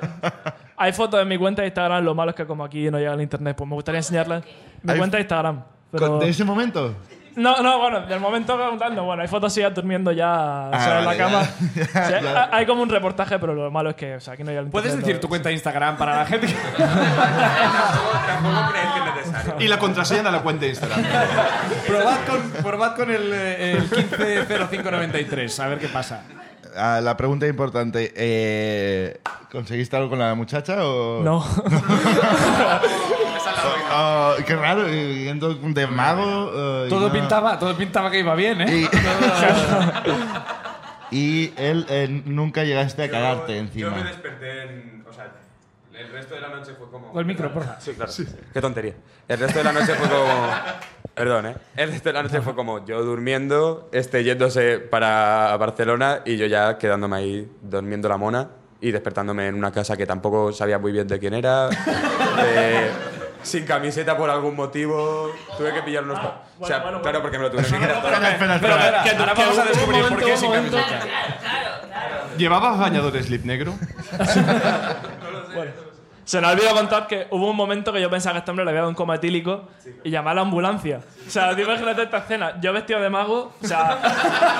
S7: hay fotos en mi cuenta de Instagram, lo malo es que como aquí no llega el internet, pues me gustaría enseñarlas. Mi
S1: Hay-
S7: cuenta de Instagram. Pero...
S1: Con- ¿De ese momento?
S7: No, no, bueno, del momento preguntando, bueno, hay fotos ya durmiendo ya o sea, en la
S1: vale,
S7: cama.
S1: ya.
S7: O sea,
S1: Ya,
S7: hay- Hay como un reportaje, pero lo malo es que o sea, aquí no llega el
S2: ¿Puedes
S7: internet,
S2: decir tu cuenta de Instagram para la gente? que-
S8: Tampoco crees que es necesario.
S6: Y la contraseña de la cuenta de Instagram.
S2: probad, con, probad con el, eh, el 150593, a ver qué pasa.
S1: Ah, la pregunta importante. eh, ¿Conseguiste algo con la muchacha o...?
S7: No.
S1: Oh, qué raro, eh, yendo de mago... eh, y
S2: Todo
S1: no.
S2: pintaba, todo pintaba que iba bien, ¿eh?
S1: Y, y él eh, nunca llegaste a cagarte encima.
S8: Yo me desperté en. O sea, el resto de la noche fue como.
S2: Con el micro, porfa.
S8: Sí, claro. Qué tontería. El resto de la noche fue como. Perdón, ¿eh? El resto de la noche fue como yo durmiendo, este yéndose para Barcelona y yo ya quedándome ahí durmiendo la mona y despertándome en una casa que tampoco sabía muy bien de quién era. eh, sin camiseta por algún motivo. Tuve que pillar unos. pa- o sea,
S7: bueno, bueno.
S8: claro, porque me lo tuvieron que quitar todo.
S1: espera,
S2: Pero espera,
S7: Que-
S2: ahora
S7: que
S2: vamos a
S7: un
S2: descubrir por
S7: momento,
S2: qué
S7: un
S2: sin
S7: momento.
S2: camiseta.
S6: ¿Llevabas bañador slip negro?
S7: Se nos olvidó contar que hubo un momento que yo pensaba que a este hombre le había dado un coma etílico y llamé a la ambulancia. O sea, digo imagínate esta escena. Yo vestido de mago, o sea,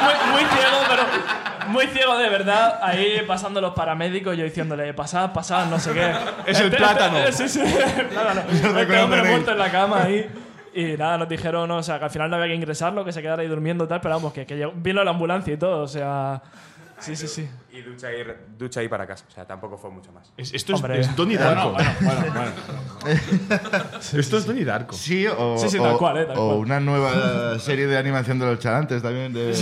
S7: muy, muy ciego, pero muy ciego de verdad. Ahí pasando los paramédicos, yo diciéndole, pasad, pasad, no sé qué. Este-
S6: Es el plátano.
S7: sí, sí, el plátano. Este hombre
S1: reconoceréis.
S7: muerto en la cama ahí. Y nada, nos dijeron, o sea, que al final no había que ingresarlo, que se quedara ahí durmiendo y tal, pero vamos, que, que llegó- vino la ambulancia y todo, o sea. Sí, sí, sí.
S8: Y ducha y, re- ducha y para casa. O sea, tampoco fue mucho más.
S6: Es- esto es,
S7: Hombre.
S6: es Donnie Darko. esto es Donnie Darko.
S1: Sí, o,
S7: Sí, sí, tal
S1: o-
S7: cual, eh, tal
S1: o
S7: cual.
S1: una nueva serie de animación de los chalantes también. De...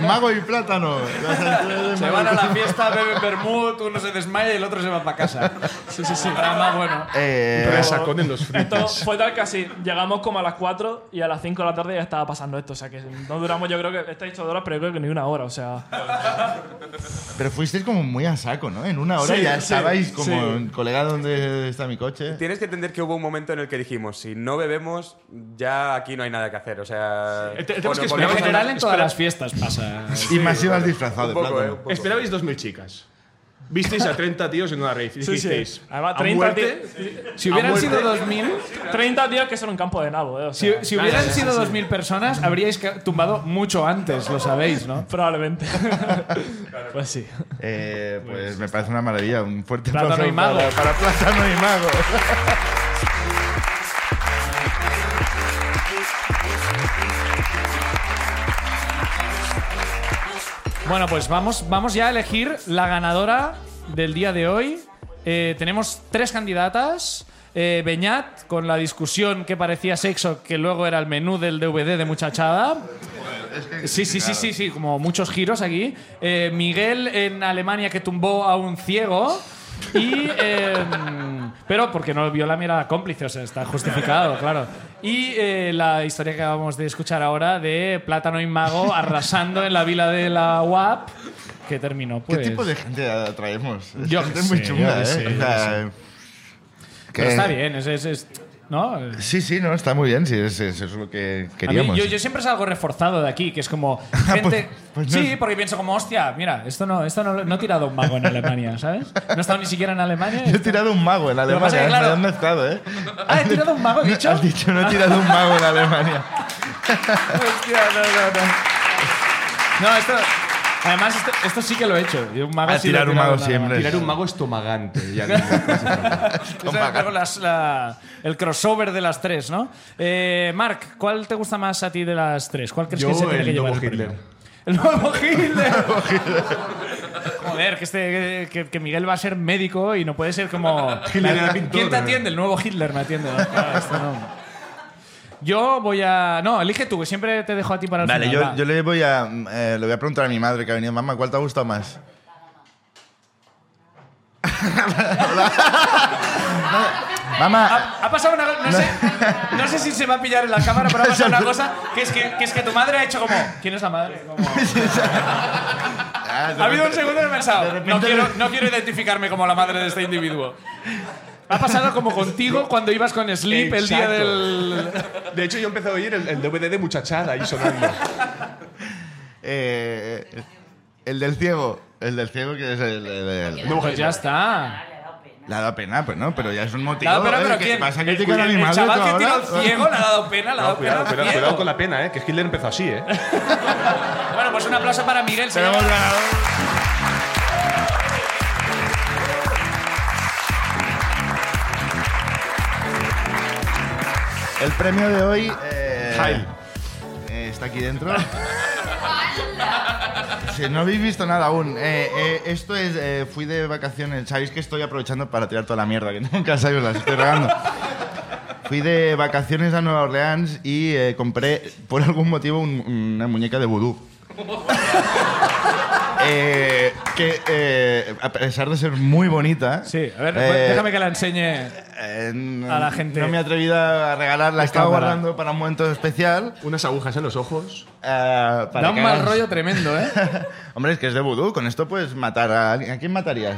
S1: Mago y plátano. Las aventuras de
S2: Se
S1: Mago y
S2: van a la
S1: Plátano.
S2: fiesta, beben vermut, uno se desmaya y el otro se va para casa. Sí, sí, sí. Drama bueno.
S1: Eh,
S3: Resacón en los
S7: Esto
S3: fritos.
S7: fue tal que así, llegamos como a las 4 y a las 5 de la tarde ya estaba pasando esto. O sea, que no duramos, yo creo que estáis dicho horas, pero yo creo que ni una hora. O sea,
S1: pero fuisteis como muy a saco, ¿no? En una hora
S7: Sí,
S1: ya
S7: sí,
S1: estabais como,
S7: sí.
S1: colega, ¿dónde está mi coche?
S8: Tienes que entender que hubo un momento en el que dijimos, si no bebemos, ya aquí no hay nada que hacer. O sea,
S3: Eh, te- tenemos que
S8: por-
S2: En
S3: esperar.
S8: por-
S2: general, en todas
S3: espera.
S2: las fiestas pasa.
S1: y más ibas disfrazado de
S8: un poco, eh,
S1: plátano.
S8: un poco.
S3: Esperabais 2.000 chicas. Visteis a 30 tíos en una raíz.
S7: sí,
S3: Dijisteis,
S7: sí. Además,
S3: "A
S7: 30,
S3: muerte".
S7: tíos-
S2: Si hubieran
S3: A
S2: sido
S3: muerte.
S2: 2000,
S7: 30 tíos que son un campo de nabo. eh, o
S2: si,
S7: sea,
S2: si hubieran sido 2000 personas, habríais ca- tumbado mucho antes, lo sabéis, ¿no?
S7: Probablemente. pues sí.
S1: Eh, pues me parece una maravilla. Un fuerte
S2: Plátano
S1: aplauso
S2: y mago.
S1: Para, para plátano y mago.
S2: Bueno, pues vamos, vamos ya a elegir la ganadora del día de hoy. Eh, tenemos tres candidatas. Eh, Beñat, con la discusión que parecía sexo, que luego era el menú del DVD de muchachada. Sí, sí, sí, sí, sí, como muchos giros aquí. Eh, Miguel en Alemania que tumbó a un ciego. Y. eh, pero porque no vio la mirada cómplice, o sea, está justificado, claro. Y eh, la historia que acabamos de escuchar ahora de Plátano y Mago arrasando en la vila de la UAP, que terminó
S1: ¿Qué
S2: pues.
S1: tipo de gente traemos? Es
S2: Yo
S1: gente
S2: qué
S1: muy
S2: sé, yo
S1: chunga,
S2: qué
S1: ¿eh?
S2: sé,
S1: O
S2: yo
S1: sea, que-
S2: Pero está bien, es. es- es- ¿No?
S1: Sí, sí, no, está muy bien. Sí, es- es- eso es lo que
S2: A mí,
S1: queríamos.
S2: yo, yo siempre salgo reforzado de aquí, que es como gente...
S1: pues no.
S2: sí, porque pienso como, hostia, mira, esto no, esto no, no he tirado un mago en Alemania, ¿sabes? No he estado ni siquiera en Alemania.
S1: Yo he tirado un mago en
S2: que pasa es
S1: Alemania.
S2: que, claro-
S1: me han mezclado, ¿eh?
S2: Ah, he tirado un mago, he dicho.
S1: Has dicho, no he tirado un mago en Alemania.
S2: Hostia, no, no, no. No, esto... Además, esto, esto sí que lo he hecho. Yo un mago
S1: Ah,
S2: sí lo he
S1: tirar un
S2: tirado
S1: mago
S2: en
S1: siempre.
S2: Alemania.
S6: Tirar un mago estomagante. ya.
S2: Esa es luego las- la- el crossover de las tres, ¿no? Eh, Marc, ¿cuál te gusta más a ti de las tres? ¿Cuál crees
S6: Yo,
S2: que se tiene
S6: el
S2: que llevar
S6: nuevo
S2: el premio?
S6: Hitler.
S2: El nuevo Hitler. Joder, que, este, que, que Miguel va a ser médico y no puede ser como.
S6: Hitler era pintor, eh?
S2: ¿Quién te
S6: ¿no?
S2: atiende? El nuevo Hitler me atiende. Ah, esto este no. Yo voy a. No, elige tú, que siempre te dejo a ti para el
S1: Vale, yo,
S2: final. va.
S1: yo le voy a eh, le voy a preguntar a mi madre que ha venido, mamá, ¿cuál te ha gustado más? No, mamá,
S2: Ha, ha pasado una cosa. No sé, no sé si se va a pillar en la cámara, pero ha pasado una cosa que es que, que es que tu madre ha hecho como. ¿Quién es la madre? Como-
S1: ah, eh,
S2: ha habido un segundo de pensado. no,
S1: repente-
S2: quiero, no quiero identificarme como la madre de este individuo. Ha pasado como contigo cuando ibas con Sleep el día
S3: Exacto.
S2: del.
S3: De hecho, yo empecé a oír el, el DVD de Muchachada ahí sonando.
S1: eh, eh, el del ciego, el del ciego que es el, el- el-
S2: Pues ya está.
S1: le ha dado pena, pues no, pero ya es un motivo.
S2: La pero,
S1: ¿eh?
S2: pero
S1: ¿Qué
S2: ¿quién?
S1: ¿Vas a
S2: el,
S1: criticar a mi
S2: el
S1: madre
S2: chaval
S1: tú
S2: que
S1: ahora?
S2: tiró el ciego le ha dado pena, le ha dado pena. al
S3: cuidado, cuidado,
S2: ciego.
S3: cuidado con la pena, ¿eh? que Hitler empezó así. ¿eh?
S2: Bueno, pues un aplauso para Miguel. se
S1: Tenemos
S2: llama-
S1: ganador. El premio de hoy eh,
S3: Jail.
S1: eh, está aquí dentro. Si no habéis visto nada aún, eh, eh, esto es. eh, fui de vacaciones. Sabéis que estoy aprovechando para tirar toda la mierda que nunca sabéis, os las estoy regando. Fui de vacaciones a Nueva Orleans y eh, compré, por algún motivo, un- una muñeca de vudú. Eh, que eh, a pesar de ser muy bonita.
S2: Sí, a ver,
S1: eh,
S2: déjame que la enseñe.
S1: eh, n-
S2: a la gente.
S1: No me he atrevido a regalarla, la estaba
S2: cámara.
S1: guardando para un momento especial.
S3: Unas agujas en los ojos.
S1: eh, para
S2: Da un
S1: que
S2: mal
S1: hagas-
S2: rollo tremendo, ¿eh?
S1: Hombre, es que es de vudú, con esto puedes matar a alguien. ¿A quién matarías?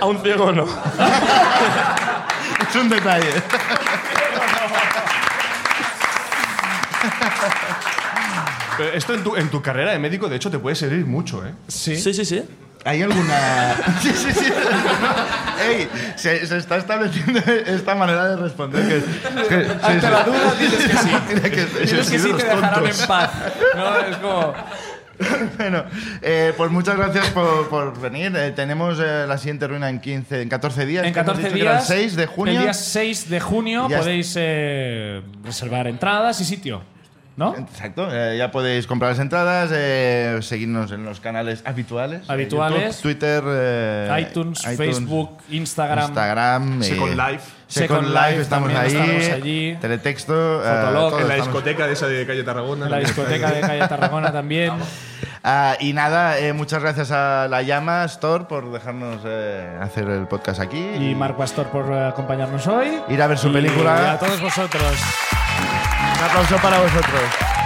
S5: A un ciego no.
S1: es un detalle.
S3: Pero esto en tu, en tu carrera de médico, de hecho, te puede servir mucho. ¿eh?
S5: Sí, sí, sí.
S1: ¿Hay alguna.? sí, sí, sí. Ey, se, se está estableciendo esta manera de responder. Que, que- sí,
S2: Ante
S1: sí.
S2: la duda dices que sí.
S1: Mira que sí.
S2: Dices que sí te dejarán en paz. No, es como.
S1: Bueno, eh, pues muchas gracias por, por venir. Eh, tenemos eh, la siguiente ruina en 15, en 14 días.
S2: En
S1: que hemos
S2: 14
S1: dicho que era
S2: días.
S1: El 6 de junio.
S2: El día 6 de junio
S1: Ya
S2: podéis eh, reservar entradas y sitio. ¿No?
S1: Exacto, eh, ya podéis comprar las entradas, eh, seguirnos en los canales habituales. eh,
S2: Habituales.
S1: YouTube, Twitter, eh,
S2: iTunes, Facebook, Instagram.
S1: Instagram.
S3: Second
S1: eh,
S3: Life.
S1: Second
S2: Second
S1: Life,
S2: Life,
S1: estamos ahí.
S2: también estamos allí.
S1: Teletexto. eh,
S2: Fotolog,
S1: todo
S3: En la
S1: estamos-
S3: discoteca de esa de calle Tarragona.
S2: En la discoteca de Calle Tarragona también.
S1: Ah, y nada, eh, muchas gracias a La Llama Store por dejarnos eh, hacer el podcast aquí.
S2: Y Marco Astor por eh, acompañarnos hoy.
S1: Ir a ver su
S2: Y
S1: película.
S2: A todos vosotros.
S1: Un aplauso para vosotros.